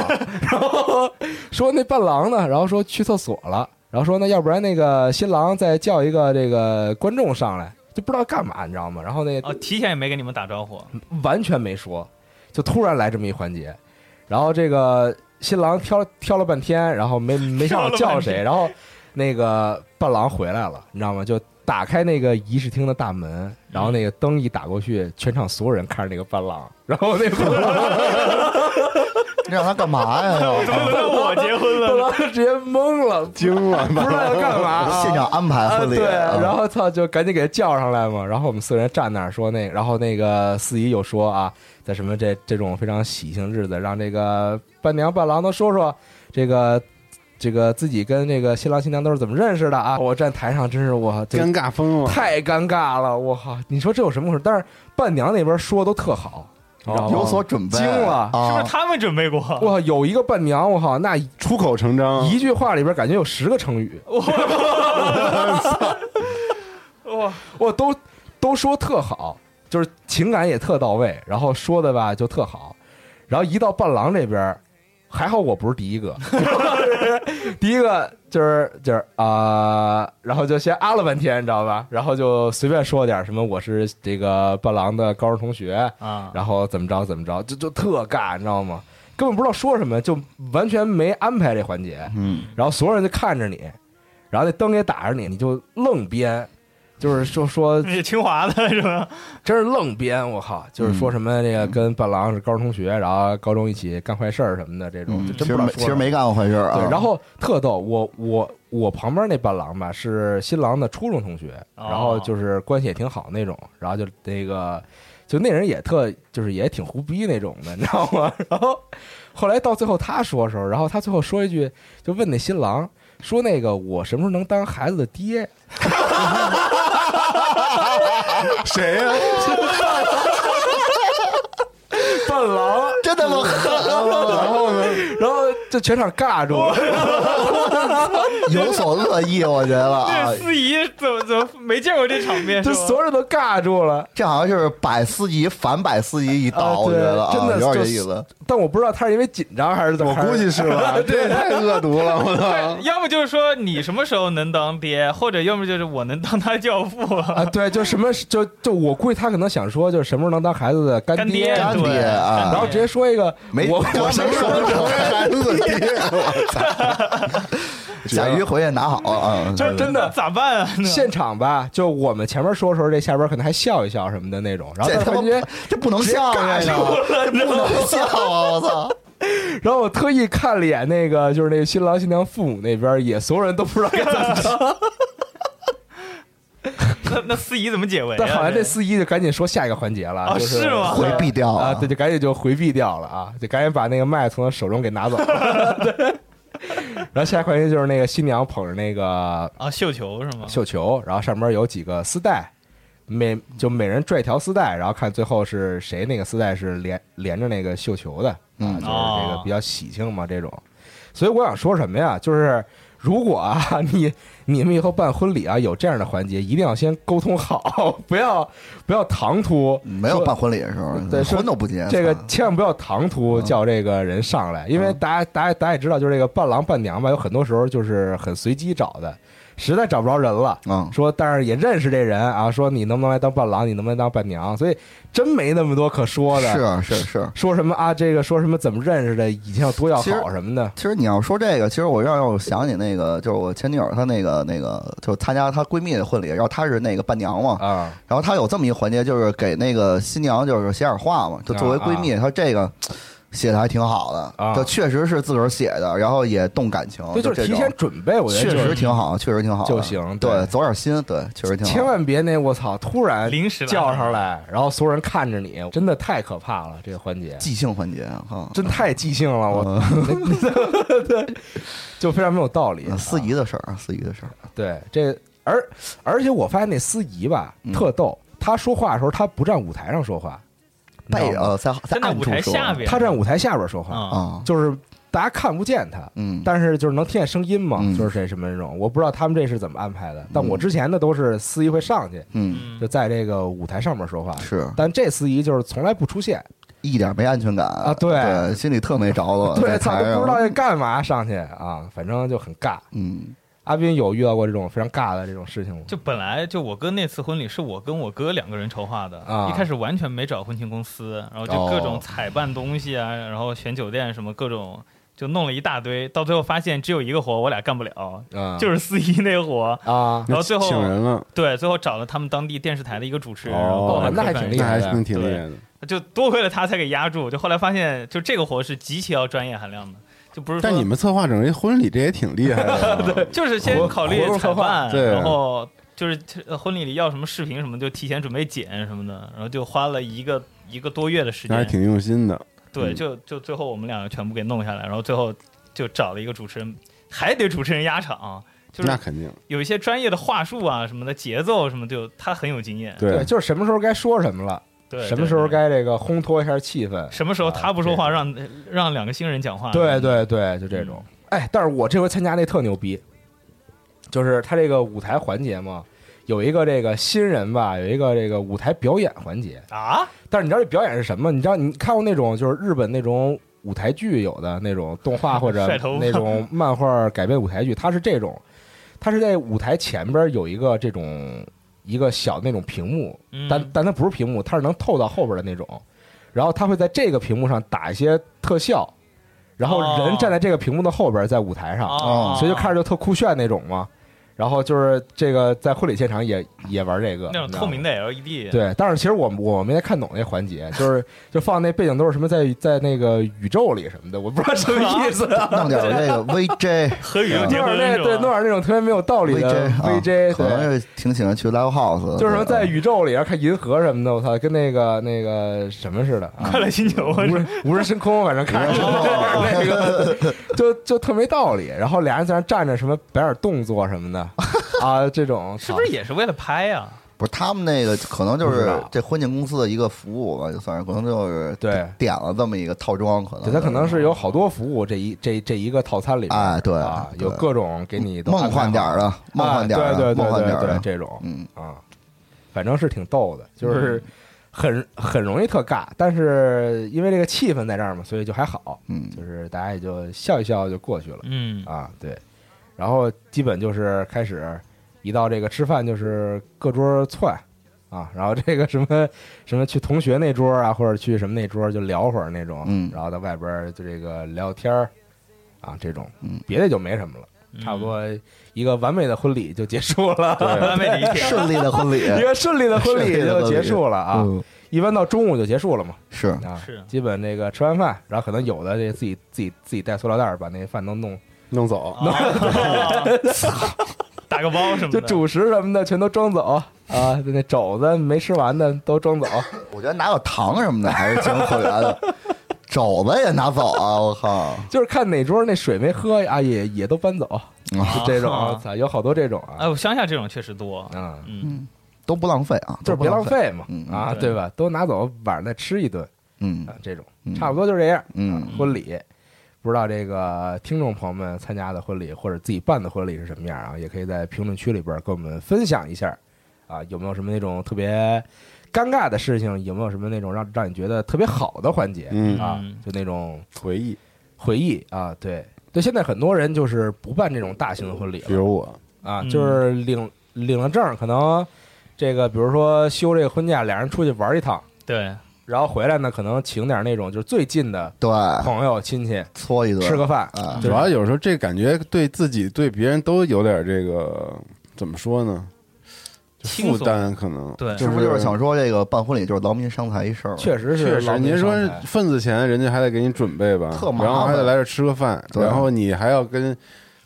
Speaker 3: 然后说那伴郎呢，然后说去厕所了，然后说那要不然那个新郎再叫一个这个观众上来，就不知道干嘛，你知道吗？然后那
Speaker 4: 哦，提前也没给你们打招呼，
Speaker 3: 嗯完全没说，就突然来这么一环节，然后这个新郎挑挑了半天，然后没没想好叫谁，然后那个伴郎回来了，你知道吗？就打开那个仪式厅的大门，然后那个灯一打过去，全场所有人看着那个伴郎，然后那个伴郎
Speaker 6: 你让他干嘛 呀？嗯我
Speaker 4: 怎么轮到我结婚
Speaker 3: 伴
Speaker 4: 了？
Speaker 3: 郎直接懵了，
Speaker 5: 惊 了，
Speaker 3: 不知道要干嘛、
Speaker 6: 操现场安排
Speaker 3: 啊，
Speaker 6: 婚礼，嗯
Speaker 3: 对，然
Speaker 6: 后
Speaker 3: 后操，就赶紧给他叫上来嘛。然后我们四个人站那儿说那，然后那个司仪又说啊，在什么这这种非常喜庆日子，让这个伴娘伴郎都说说这个这个自己跟这个新郎新娘都是怎么认识的啊。我站台上真是我这
Speaker 5: 尴尬疯了，
Speaker 3: 太尴尬了，我靠！你说这有什么回事？但是伴娘那边说都特好，你知道吗
Speaker 6: 有所准备，
Speaker 3: 惊了
Speaker 4: 是不是
Speaker 6: 啊！
Speaker 4: 他们准备过？
Speaker 3: 嗯我靠，有一个伴娘，我靠，那
Speaker 5: 出口成章，
Speaker 3: 一句话里边感觉有十个成语，
Speaker 4: 哇，
Speaker 3: 我都都说特好，就是情感也特到位，然后说的吧就特好，然后一到伴郎这边儿，还好我不是第一个，第一个就是就是啊、然后就先啊了半天，你知道吧？然后就随便说点儿什么，我是这个伴郎的高中同学，
Speaker 4: 啊，
Speaker 3: 然后怎么着怎么着，就就特尬，你知道吗？根本不知道说什么，就完全没安排这环节。
Speaker 6: 嗯，
Speaker 3: 然后所有人就看着你，然后那灯也打着你，你就愣编，就是说说
Speaker 4: 那是清华的是吧？
Speaker 3: 真是愣编，我靠，就是说什么这个
Speaker 6: 嗯
Speaker 3: 跟伴郎是高中同学，然后高中一起干坏事儿什么的这种，
Speaker 6: 嗯
Speaker 3: 就
Speaker 6: 其
Speaker 3: 真不知
Speaker 6: 实
Speaker 3: 道
Speaker 6: 没
Speaker 3: 说
Speaker 6: 其
Speaker 3: 什
Speaker 6: 实
Speaker 3: 么
Speaker 6: 没干过坏事儿啊。
Speaker 3: 对，然后特逗，我我我旁边那伴郎吧是新郎的初中同学，
Speaker 4: 哦
Speaker 3: 然后就是关系也挺好那种，然后就那个就那人也特就是也挺胡逼那种的，你知道吗？ 然后后来到最后他说的时候，然后他最后说一句，就问那新郎说那个我什么时候能当孩子的爹？
Speaker 5: 谁
Speaker 6: 啊
Speaker 5: 呀？
Speaker 3: 伴郎，
Speaker 6: 真的吗？
Speaker 5: 然后呢？
Speaker 3: 然后就全场尬住了。
Speaker 6: 有所恶意，我觉得啊
Speaker 4: 这，司仪怎么怎么没见过这场面？
Speaker 3: 就是
Speaker 4: 吧
Speaker 3: 所有人都尬住了，
Speaker 6: 这好像就是百思仪反百思仪一
Speaker 3: 啊
Speaker 6: 道，我觉
Speaker 3: 对
Speaker 6: 得啊，
Speaker 3: 真的
Speaker 6: 有
Speaker 3: 就
Speaker 6: 点这
Speaker 3: 是
Speaker 6: 意思。
Speaker 3: 但我不知道他是因为紧张还是怎么
Speaker 5: 我
Speaker 3: 还是，
Speaker 5: 估计是 吧，这也太恶毒了， 我操！
Speaker 4: 要不就是说你什么时候能当爹，或者要么就是我能当他教父。
Speaker 3: 啊，对，就什么就就我估计他可能想说，就是什么时候能当孩子的 干
Speaker 4: 干爹，
Speaker 6: 干
Speaker 4: 对，
Speaker 6: 爹啊
Speaker 4: 干
Speaker 3: 然后直 接说一个
Speaker 6: 没
Speaker 3: 我
Speaker 6: 我
Speaker 3: 我
Speaker 6: 没说
Speaker 5: 成为孩子的爹，我操！
Speaker 6: 甲鱼回去拿好啊，
Speaker 4: 这
Speaker 6: 嗯
Speaker 4: 真的咋办啊？
Speaker 3: 现场吧，就我们前面说的时候，这下边可能还笑一笑什么的那种，然后
Speaker 6: 这
Speaker 3: 他
Speaker 6: 他妈
Speaker 3: 直接，
Speaker 6: 这不能笑啊，这个 这不能笑啊！我操，
Speaker 3: 然后我特意看了一眼那个就是那个新郎新娘父母那边，也所有人都不知道该怎 么
Speaker 4: 哎
Speaker 3: 着，
Speaker 4: 那那司仪怎么解围啊？
Speaker 3: 但好像这司仪就赶紧说下一个环节了，
Speaker 4: 哦
Speaker 3: 就是
Speaker 4: 吗
Speaker 6: 回避掉
Speaker 3: 啊，
Speaker 6: 啊
Speaker 3: 对，就 赶紧就回避掉了啊，就赶紧把那个麦从他手中给拿走了。对然后下一环节就是那个新娘捧着那个
Speaker 4: 啊，绣球是吗？
Speaker 3: 绣球，然后上面有几个丝带，每就每人拽一条丝带，然后看最后是谁那个丝带是连连着那个绣球的啊，
Speaker 6: 嗯
Speaker 3: 就是这个比较喜庆嘛这种。所以我想说什么呀？就是如果啊， 你你们以后办婚礼啊，有这样的环节，一定要先沟通好， 不要不要唐突，
Speaker 6: 没有
Speaker 3: 说
Speaker 6: 办婚礼的时候，嗯
Speaker 3: 对说
Speaker 6: 婚都不结。
Speaker 3: 这个
Speaker 6: 操
Speaker 3: 千万不要唐突叫这个人上来，因为大家大家大家也知道，就是这个伴郎伴娘吧，有很多时候就是很随机找的，实在找不着人了。
Speaker 6: 嗯
Speaker 3: 说，但是也认识这人啊，说你能不能来当伴郎，你能不能当伴娘，所以真没那么多可说的。
Speaker 6: 是啊是是。
Speaker 3: 说什么啊？这个说什么怎么认识的？以前要多要
Speaker 6: 其实
Speaker 3: 好什么的。
Speaker 6: 其实你要说这个，其实我要让我想起那个，就是我前女友她那个那个，就参加她闺蜜的婚礼，然后她是那个伴娘嘛，
Speaker 3: 啊，
Speaker 6: 然后她有这么一个环节，就是给那个新娘就是写点话嘛，就作为闺蜜，她这个写的还挺好
Speaker 3: 啊
Speaker 6: 的，就确实是自个儿写的，然后也动感情，
Speaker 3: 这就是
Speaker 6: 啊这
Speaker 3: 提
Speaker 6: 种
Speaker 3: 前准备，我觉
Speaker 6: 确
Speaker 3: 得就是
Speaker 6: 实挺好，确实挺好的
Speaker 3: 就行对
Speaker 6: 对，走点心，对，确实挺好。
Speaker 3: 千万别那我操，突然
Speaker 4: 临时来
Speaker 3: 叫上来，然后所有人看着你，真的太可怕了。这个环节
Speaker 6: 即兴环节哈，
Speaker 3: 真太即兴了，我
Speaker 6: 嗯
Speaker 3: 就非常没有道理。 啊
Speaker 6: 司仪的事儿，司仪的事儿，
Speaker 3: 对，这而而且我发现那司仪吧，
Speaker 6: 嗯
Speaker 3: 特逗，他说话的时候他不站舞台上说话，你知
Speaker 6: 背
Speaker 3: 道吗
Speaker 6: 呃在在
Speaker 4: 站在
Speaker 6: 暗
Speaker 4: 舞
Speaker 6: 处
Speaker 4: 台
Speaker 6: 说
Speaker 4: 下边，
Speaker 3: 他站舞台下边说话，
Speaker 4: 啊，
Speaker 6: 啊，
Speaker 3: 就是大家看不见他。
Speaker 6: 嗯，
Speaker 3: 但是就是能听见声音嘛，
Speaker 6: 嗯
Speaker 3: 就是这什么这种，我不知道他们这是怎么安排的。但我之前的都是司仪会上去，
Speaker 6: 嗯
Speaker 4: 嗯
Speaker 3: 就在这个舞台上面说话，
Speaker 6: 是
Speaker 3: 但这司仪就是从来不出现，
Speaker 6: 一点没安全感啊
Speaker 3: 对
Speaker 6: 对，心里特没着落，
Speaker 3: 对，
Speaker 6: 哦在
Speaker 3: 操
Speaker 6: 台啊
Speaker 3: 都不知道
Speaker 6: 上，
Speaker 3: 要干嘛上去啊，反正就很尬。
Speaker 6: 嗯，
Speaker 3: 阿斌有遇到过这种非常尬的这种事情吗？
Speaker 4: 就本来就我哥那次婚礼是我跟我哥两个人筹划的，
Speaker 3: 啊
Speaker 4: 一开始完全没找婚庆公司，然后就
Speaker 6: 哦
Speaker 4: 各种采办东西啊，然后选酒店什么各种，就弄了一大堆，到最后发现只有一个活我俩干不了，
Speaker 3: 啊，
Speaker 4: 就是是司仪那活。
Speaker 3: 啊，
Speaker 4: 然后最后
Speaker 5: 请人了，
Speaker 4: 对，最后找了他们当地电视台的一个主持人，
Speaker 5: 哦
Speaker 4: 然后帮我们
Speaker 3: 那还
Speaker 4: 客串
Speaker 3: 挺
Speaker 4: 一
Speaker 3: 厉
Speaker 4: 下
Speaker 5: 那
Speaker 3: 害
Speaker 5: 还
Speaker 3: 的
Speaker 5: 挺挺厉害的。
Speaker 4: 就多亏了他才给压住。就后来发现，就这个活是极其要专业含量的，就不是说
Speaker 5: 但你们策划整一婚礼，这也挺厉 害的。啊
Speaker 4: 就是先
Speaker 3: 活
Speaker 4: 考虑
Speaker 3: 活动
Speaker 4: 采
Speaker 3: 策划
Speaker 4: 办，
Speaker 5: 对
Speaker 4: 然后就是呃婚礼里要什么视频什么，就提前准备剪什么的，然后就花了一个一个多月的时
Speaker 5: 那还
Speaker 4: 间。
Speaker 5: 挺用心的。
Speaker 4: 对，
Speaker 5: 嗯
Speaker 4: 就就最后我们两个全部给弄下来，然后最后就找了一个主持人，还得主持人压场，就
Speaker 5: 那
Speaker 4: 是
Speaker 5: 肯定，
Speaker 4: 有一些专业的话术啊什么的，节奏什么就他很有经验。
Speaker 3: 对，
Speaker 5: 对，
Speaker 3: 就是什么时候该说什么了，
Speaker 4: 对，
Speaker 3: 什么时候
Speaker 4: 对
Speaker 3: 该这个烘托一下气氛，
Speaker 4: 什么时候他不说话，让让两个新人讲话。
Speaker 3: 对对对，就这种。哎，但是我这回参加那特牛逼，就是他这个舞台环节嘛，有一个这个新人吧，有一个这个舞台表演环节。
Speaker 4: 啊，
Speaker 3: 但是你知道这表演是什么？你知道你看过那种就是日本那种舞台剧有的那种动画或者
Speaker 4: 甩头发
Speaker 3: 那种漫画改编舞台剧，它是这种，它是在舞台前边有一个这种一个小那种屏幕，
Speaker 4: 嗯
Speaker 3: 但但它不是屏幕，它是能透到后边的那种。然后它会在这个屏幕上打一些特效，然后人
Speaker 4: 哦
Speaker 3: 站在这个屏幕的后边，在舞台上，嗯
Speaker 4: 哦，
Speaker 3: 啊所以就看着就特酷炫那种嘛。然后就是这个在婚礼现场也也玩这个
Speaker 4: 那种透明
Speaker 3: 的。
Speaker 4: 的 E LED。
Speaker 3: 对，但是其实我我没太看懂那环节，就是就放那背景都是什么在在那个宇宙里什么的，我不知道什么意 思。
Speaker 6: 弄点这个 VJ。
Speaker 4: 和宇宙
Speaker 6: 弄
Speaker 4: 结
Speaker 3: 弄
Speaker 4: 婚
Speaker 3: 点那
Speaker 4: 是吧
Speaker 3: 对弄点那种特别没有道理
Speaker 6: VJ
Speaker 3: 的
Speaker 6: 啊
Speaker 3: VJ，对，
Speaker 6: 可能是挺喜欢去 live house，
Speaker 3: 就是什么
Speaker 6: 对
Speaker 3: 在宇宙里然后啊看银河什么的，我操，跟那个那个什么似的啊。
Speaker 4: 快乐星球啊，
Speaker 3: 无 人无人深空，反正看
Speaker 6: 哦
Speaker 3: 着 那个就就特没道理。然后俩人在那站着，什么摆点动作什么 的啊，这种
Speaker 4: 是不是也是为了拍呀？
Speaker 6: 不是他们那个可能就
Speaker 3: 不知
Speaker 6: 是
Speaker 3: 道
Speaker 6: 这婚庆公司的一个服务吧，就算是可能就是
Speaker 3: 对
Speaker 6: 点了这么一个套装，可能
Speaker 3: 对他可能是有好多服务，这一这这一个套餐里面，
Speaker 6: 哎对
Speaker 3: 啊，
Speaker 6: 对
Speaker 3: 有各种给你都
Speaker 6: 梦幻点儿
Speaker 3: 安排好
Speaker 6: 的，梦幻点儿
Speaker 3: 啊对对
Speaker 6: 的，
Speaker 3: 对
Speaker 6: 梦幻点
Speaker 3: 对
Speaker 6: 儿
Speaker 3: 对，
Speaker 6: 的，
Speaker 3: 这种
Speaker 6: 嗯，
Speaker 3: 啊，反正是挺逗的，就是很很容易特尬，但是因为这个气氛在这儿嘛，所以就还好，
Speaker 6: 嗯
Speaker 3: 就是大家也就笑一笑就过去了。
Speaker 4: 嗯，
Speaker 3: 啊，对，然后基本就是开始一到这个吃饭就是各桌窜啊，然后这个什么什么去同学那桌啊，或者去什么那桌就聊会儿那种，
Speaker 6: 嗯
Speaker 3: 然后在外边儿就这个聊聊天儿啊，这种，
Speaker 6: 嗯
Speaker 3: 别的就没什么了，
Speaker 4: 嗯
Speaker 3: 差不多一个完美的婚礼就结束了。
Speaker 4: 完美的一天。
Speaker 6: 顺利的婚礼，
Speaker 3: 一个顺利的婚
Speaker 6: 顺利
Speaker 3: 礼
Speaker 6: 的
Speaker 3: 就
Speaker 6: 婚
Speaker 3: 结
Speaker 6: 礼
Speaker 3: 束了 啊，
Speaker 6: 嗯，
Speaker 3: 一般到中午就结束了嘛
Speaker 6: 是
Speaker 3: 啊，
Speaker 4: 是
Speaker 3: 基本这个吃完饭，然后可能有的这自己自己自己带塑料袋儿把那饭都弄
Speaker 5: 弄走
Speaker 4: 啊哦打个包什么
Speaker 3: 就
Speaker 4: 的，
Speaker 3: 主食什么的全都装走啊，那肘子没吃完的都装走。
Speaker 6: 我觉得拿有糖什么的还是挺可怜的。肘子也拿走啊！我靠，
Speaker 3: 就是看哪桌那水没喝啊，也也都搬走，就这种
Speaker 4: 啊
Speaker 3: 啊，操有好多这种
Speaker 4: 哎，
Speaker 3: 啊，
Speaker 4: 我乡下这种确实多，
Speaker 3: 啊，
Speaker 4: 嗯，
Speaker 6: 都不浪费啊，
Speaker 3: 就是
Speaker 6: 不
Speaker 3: 别浪
Speaker 6: 浪。
Speaker 3: 费嘛
Speaker 6: 嗯，
Speaker 3: 啊，
Speaker 4: 对
Speaker 3: 对吧？都拿走，晚上再吃一顿
Speaker 6: 嗯
Speaker 3: 啊，这种
Speaker 6: 嗯
Speaker 3: 差不多就这样。
Speaker 6: 嗯，
Speaker 3: 婚礼，不知道这个听众朋友们参加的婚礼或者自己办的婚礼是什么样啊？也可以在评论区里边跟我们分享一下啊，有没有什么那种特别尴尬的事情？有没有什么那种让让你觉得特别好的环节
Speaker 5: 嗯
Speaker 3: 啊
Speaker 4: 嗯？
Speaker 3: 就那种
Speaker 5: 回忆，
Speaker 3: 回忆啊，对对，现在很多人就是不办这种大型的婚礼
Speaker 5: 比
Speaker 3: 了
Speaker 5: 如我，
Speaker 3: 啊，
Speaker 4: 嗯
Speaker 3: 就是领领了证，可能这个比如说休这个婚假，俩人出去玩一趟。
Speaker 4: 对，
Speaker 3: 然后回来呢，可能请点那种就是最近的
Speaker 6: 对，
Speaker 3: 朋友亲戚
Speaker 6: 搓一顿，
Speaker 3: 吃个饭，
Speaker 6: 啊，
Speaker 5: 主要有时候这感觉对自己对别人都有点这个怎么说呢？
Speaker 4: 轻
Speaker 5: 负
Speaker 4: 松
Speaker 5: 担可能
Speaker 4: 对
Speaker 5: 就是
Speaker 6: 不是就是想说这个办婚礼就是劳民伤财一事儿？
Speaker 3: 确实是
Speaker 5: 确
Speaker 3: 劳
Speaker 5: 实，
Speaker 3: 民
Speaker 5: 您
Speaker 3: 伤
Speaker 5: 说
Speaker 3: 财
Speaker 5: 份子钱，人家还得给你准备吧，
Speaker 6: 特麻烦
Speaker 5: 然后还得来这儿吃个饭，
Speaker 6: 对
Speaker 5: 然后你还要跟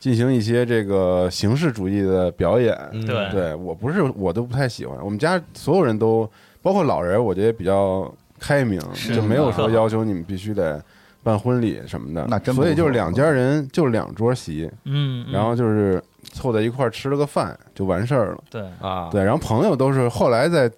Speaker 5: 进行一些这个形式主义的表演。
Speaker 3: 嗯
Speaker 4: 对
Speaker 5: 对我不是，我都不太喜欢。我们家所有人都，包括老人，我觉得比较开明，
Speaker 4: 是
Speaker 5: 就没有
Speaker 4: 特
Speaker 5: 说
Speaker 4: 好
Speaker 5: 要求你们必须得办婚礼什么的。
Speaker 6: 嗯那真不
Speaker 5: 所以就是
Speaker 6: 错
Speaker 5: 两家人就两桌席，
Speaker 4: 嗯，嗯
Speaker 5: 然后就是凑在一块儿吃了个饭就完事儿了。
Speaker 4: 对，
Speaker 3: 啊，
Speaker 5: 对，然后朋友都是后来再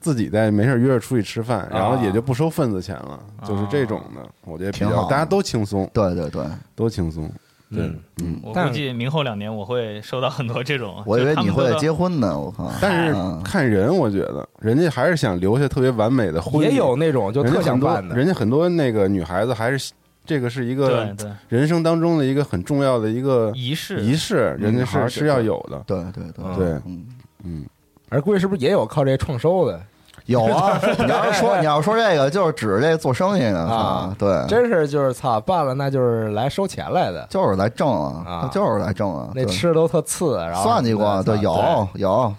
Speaker 5: 自己再没事儿约着出去吃
Speaker 3: 啊
Speaker 5: 饭，然后也就不收份子钱了，就是这种的，我觉得比
Speaker 6: 挺
Speaker 5: 较
Speaker 6: 好
Speaker 5: 大家都轻松，
Speaker 6: 对对对，
Speaker 5: 都轻 松。对
Speaker 3: 嗯，
Speaker 5: 嗯，
Speaker 4: 我
Speaker 3: 但
Speaker 4: 估计明后两年我会收到很多这种，
Speaker 6: 我以为
Speaker 4: 就他
Speaker 6: 你
Speaker 4: 们都
Speaker 6: 会
Speaker 4: 到
Speaker 6: 结婚呢，我靠！
Speaker 5: 但是
Speaker 6: 啊
Speaker 5: 看人，我觉得人家还是想留下特别完美的婚礼，
Speaker 3: 也有那种就
Speaker 5: 人家
Speaker 3: 特想
Speaker 5: 很多
Speaker 3: 办的，
Speaker 5: 人家很多那个女孩子还是这个是一
Speaker 4: 对
Speaker 5: 个
Speaker 4: 对
Speaker 5: 人生当中的一个很重要的一个
Speaker 4: 仪式
Speaker 5: 仪式，人家
Speaker 6: 嗯还
Speaker 5: 是
Speaker 6: 是
Speaker 5: 是要有的。
Speaker 6: 对对对，
Speaker 5: 对，
Speaker 6: 嗯，
Speaker 5: 嗯，
Speaker 3: 而估计是不是也有靠这创收的？
Speaker 6: 有啊。你要是说你要说这个，就是指这做生意呢，
Speaker 3: 啊
Speaker 6: 操对，
Speaker 3: 真是就是操办了，那就是来收钱来的，
Speaker 6: 就是来挣
Speaker 3: 啊
Speaker 6: 啊，就是来挣啊。
Speaker 3: 那
Speaker 6: 对
Speaker 3: 吃的都特次，然后
Speaker 6: 算计过，
Speaker 3: 对
Speaker 6: 对，
Speaker 3: 操
Speaker 6: 有有，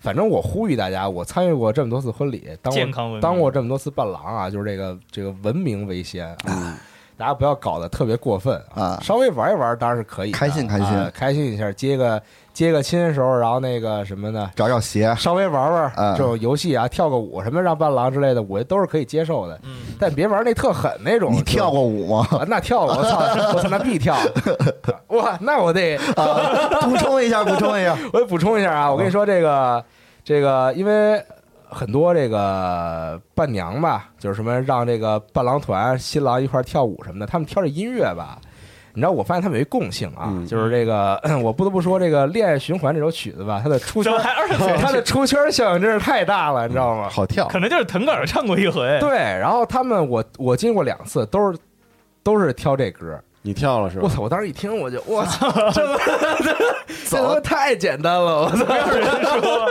Speaker 3: 反正我呼吁大家，我参与过这么多次婚礼，当
Speaker 4: 健康文
Speaker 3: 我
Speaker 4: 明
Speaker 3: 当过这么多次伴郎啊，就是这个这个文明为先啊，大家不要搞得特别过分
Speaker 6: 啊
Speaker 3: 稍微玩一玩当然是可以的，
Speaker 6: 开心开心
Speaker 3: 啊开心一下，接个接个亲的时候，然后那个什么呢，
Speaker 6: 找找鞋，
Speaker 3: 稍微玩玩
Speaker 6: 啊
Speaker 3: 这种游戏啊，跳个舞什么让伴郎之类的，我都是可以接受的，
Speaker 4: 嗯
Speaker 3: 但别玩那特狠那种。
Speaker 6: 你跳过舞吗？
Speaker 3: 啊？那跳过，我操，我操，那必 跳！哇，那我得
Speaker 6: 啊，补充一下，补充一下，
Speaker 3: 我也补充一下啊，我跟
Speaker 5: 嗯
Speaker 3: 你说这个这个，因为很多这个伴娘吧，就是什么让这个伴郎团、新郎一块儿跳舞什么的，他们挑这音乐吧。你知道我发现他们有一共性啊，
Speaker 5: 嗯
Speaker 3: 就是这个，我不得不说这个《恋爱循环》这首曲子吧，它的出
Speaker 4: 怎
Speaker 3: 圈
Speaker 4: 么，还二十岁？
Speaker 3: 它的出圈效应真是太大了，你知道吗？
Speaker 5: 好跳
Speaker 4: 可能就是腾格尔唱过一回，
Speaker 3: 对，然后他们我我进过两次，都是都是挑这歌，
Speaker 5: 你跳了是
Speaker 3: 我
Speaker 5: 吧？
Speaker 3: 操！我当时一听我就我操，这 他妈这他妈太简单了，我操！
Speaker 4: 没有人说，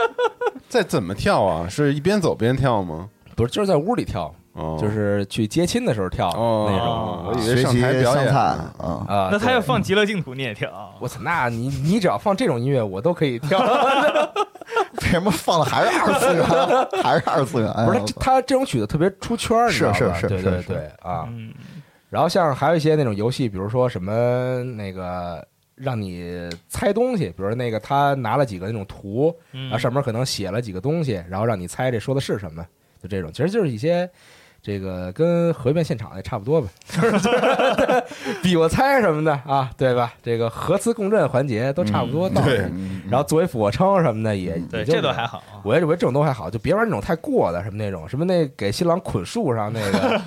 Speaker 5: 再怎么跳啊？是一边走边跳吗？
Speaker 3: 不是，就是在屋里跳，
Speaker 5: 哦，
Speaker 3: 就是去接亲的时候跳
Speaker 5: 哦
Speaker 3: 那种
Speaker 4: 哦
Speaker 5: 我以为
Speaker 6: 学
Speaker 5: 上
Speaker 6: 习
Speaker 5: 台表
Speaker 6: 上
Speaker 5: 演
Speaker 6: 菜
Speaker 5: 呢。
Speaker 6: 啊。
Speaker 3: 啊。
Speaker 4: 那他要
Speaker 3: 对
Speaker 4: 放极乐净土你也跳，
Speaker 3: 我操，那你你只要放这种音乐，我都可以跳。
Speaker 6: 为什么放的还是二次元？还是二次元？哎
Speaker 3: 不是这他这种曲子特别出圈儿，你知道吧
Speaker 6: 是是是
Speaker 3: 对
Speaker 6: 是
Speaker 3: 对
Speaker 6: 是
Speaker 3: 对啊。
Speaker 4: 嗯，
Speaker 3: 然后像还有一些那种游戏，比如说什么那个让你猜东西，比如说那个他拿了几个那种图，
Speaker 4: 嗯
Speaker 3: 然后上面可能写了几个东西，然后让你猜这说的是什么，就这种，其实就是一些这个跟核变现场也差不多吧， 就是就是比我猜什么的啊，对吧？这个核磁共振环节都差不多到，
Speaker 5: 对
Speaker 6: 嗯
Speaker 3: 然后作为俯卧撑什么的也
Speaker 4: 嗯对，
Speaker 3: 也就
Speaker 4: 这都还。好，
Speaker 3: 我也认为这种都还好，就别玩那种太过的什么那种，什么那给新郎捆树上那个，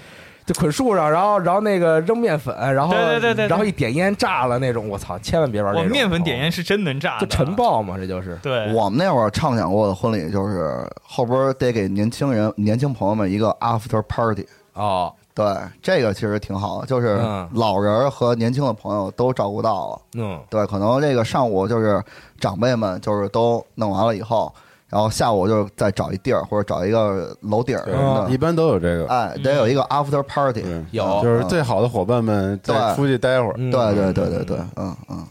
Speaker 3: 就捆树上，然后然后那个扔面粉，然后
Speaker 4: 对对对对对
Speaker 3: 然后一点烟炸了那种，我操，千万别玩这
Speaker 4: 我
Speaker 3: 种。
Speaker 4: 面粉点烟是真能炸
Speaker 3: 就
Speaker 4: 的，
Speaker 3: 晨，爆嘛，这就是。
Speaker 4: 对，
Speaker 6: 我们那会儿畅想过的婚礼就是后边儿得给年轻人、年轻朋友们一个 after party。
Speaker 3: 哦，
Speaker 6: 对，这个其实挺好，就是
Speaker 3: 嗯
Speaker 6: 老人儿和年轻的朋友都照顾到了。
Speaker 3: 嗯，
Speaker 6: 对，可能这个上午就是长辈们就是都弄完了以后，然后下午就再找一地儿或者找一个楼顶儿什
Speaker 5: 对
Speaker 6: 么
Speaker 5: 一
Speaker 6: 的，
Speaker 5: 般都有这个，
Speaker 6: 哎，得有
Speaker 4: 嗯
Speaker 6: 一个 after party。
Speaker 5: 对，
Speaker 3: 有
Speaker 5: 就是最好的伙伴们再
Speaker 6: 对
Speaker 5: 出去待会儿。
Speaker 3: 嗯
Speaker 6: 对对对对对，嗯嗯，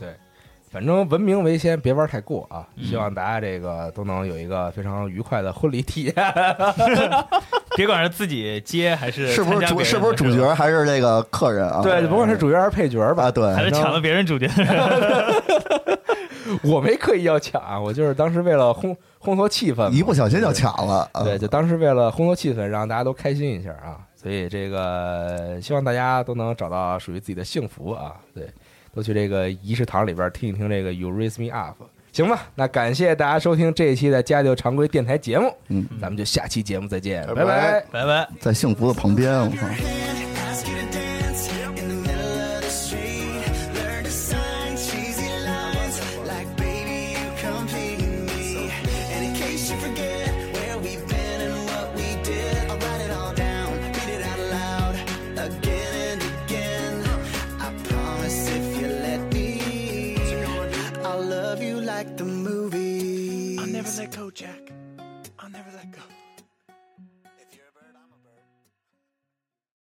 Speaker 3: 反正文明为先，别玩太过啊！希望大家这个都能有一个非常愉快的婚礼体验。
Speaker 4: 别管是自己接还是
Speaker 6: 是不
Speaker 4: 参
Speaker 6: 是
Speaker 4: 加
Speaker 6: 主
Speaker 4: 别人的
Speaker 6: 是不是主角还是这个客人 啊？
Speaker 3: 对，甭管是主角还是配角吧
Speaker 6: 啊，，对，
Speaker 4: 还是抢了别人主角 的人，
Speaker 3: 我没刻意要抢，啊我就是当时为了烘烘托气氛嘛，
Speaker 6: 一不小心就抢了。啊
Speaker 3: 对，就当时为了烘托气氛，让大家都开心一下啊！所以这个希望大家都能找到属于自己的幸福啊！对，都去这个仪式堂里边听一听这个 You Raise Me Up，行吧？那感谢大家收听这一期的家就常规电台节目，
Speaker 6: 嗯，
Speaker 3: 咱们就下期节目再见，
Speaker 5: 拜
Speaker 3: 拜
Speaker 5: 拜
Speaker 4: 拜拜。
Speaker 6: 在幸福的旁边，我靠。
Speaker 2: hand, ask her to dance in the middle of the street. Learn to sign cheesy lines like, baby, you complete me. And in case you forget where we've been and what we did, I'll write it all down, read it out loud again and again. I promise if you let me, I'll love you like the movies. I'll never let go, Jack. I'll never let go.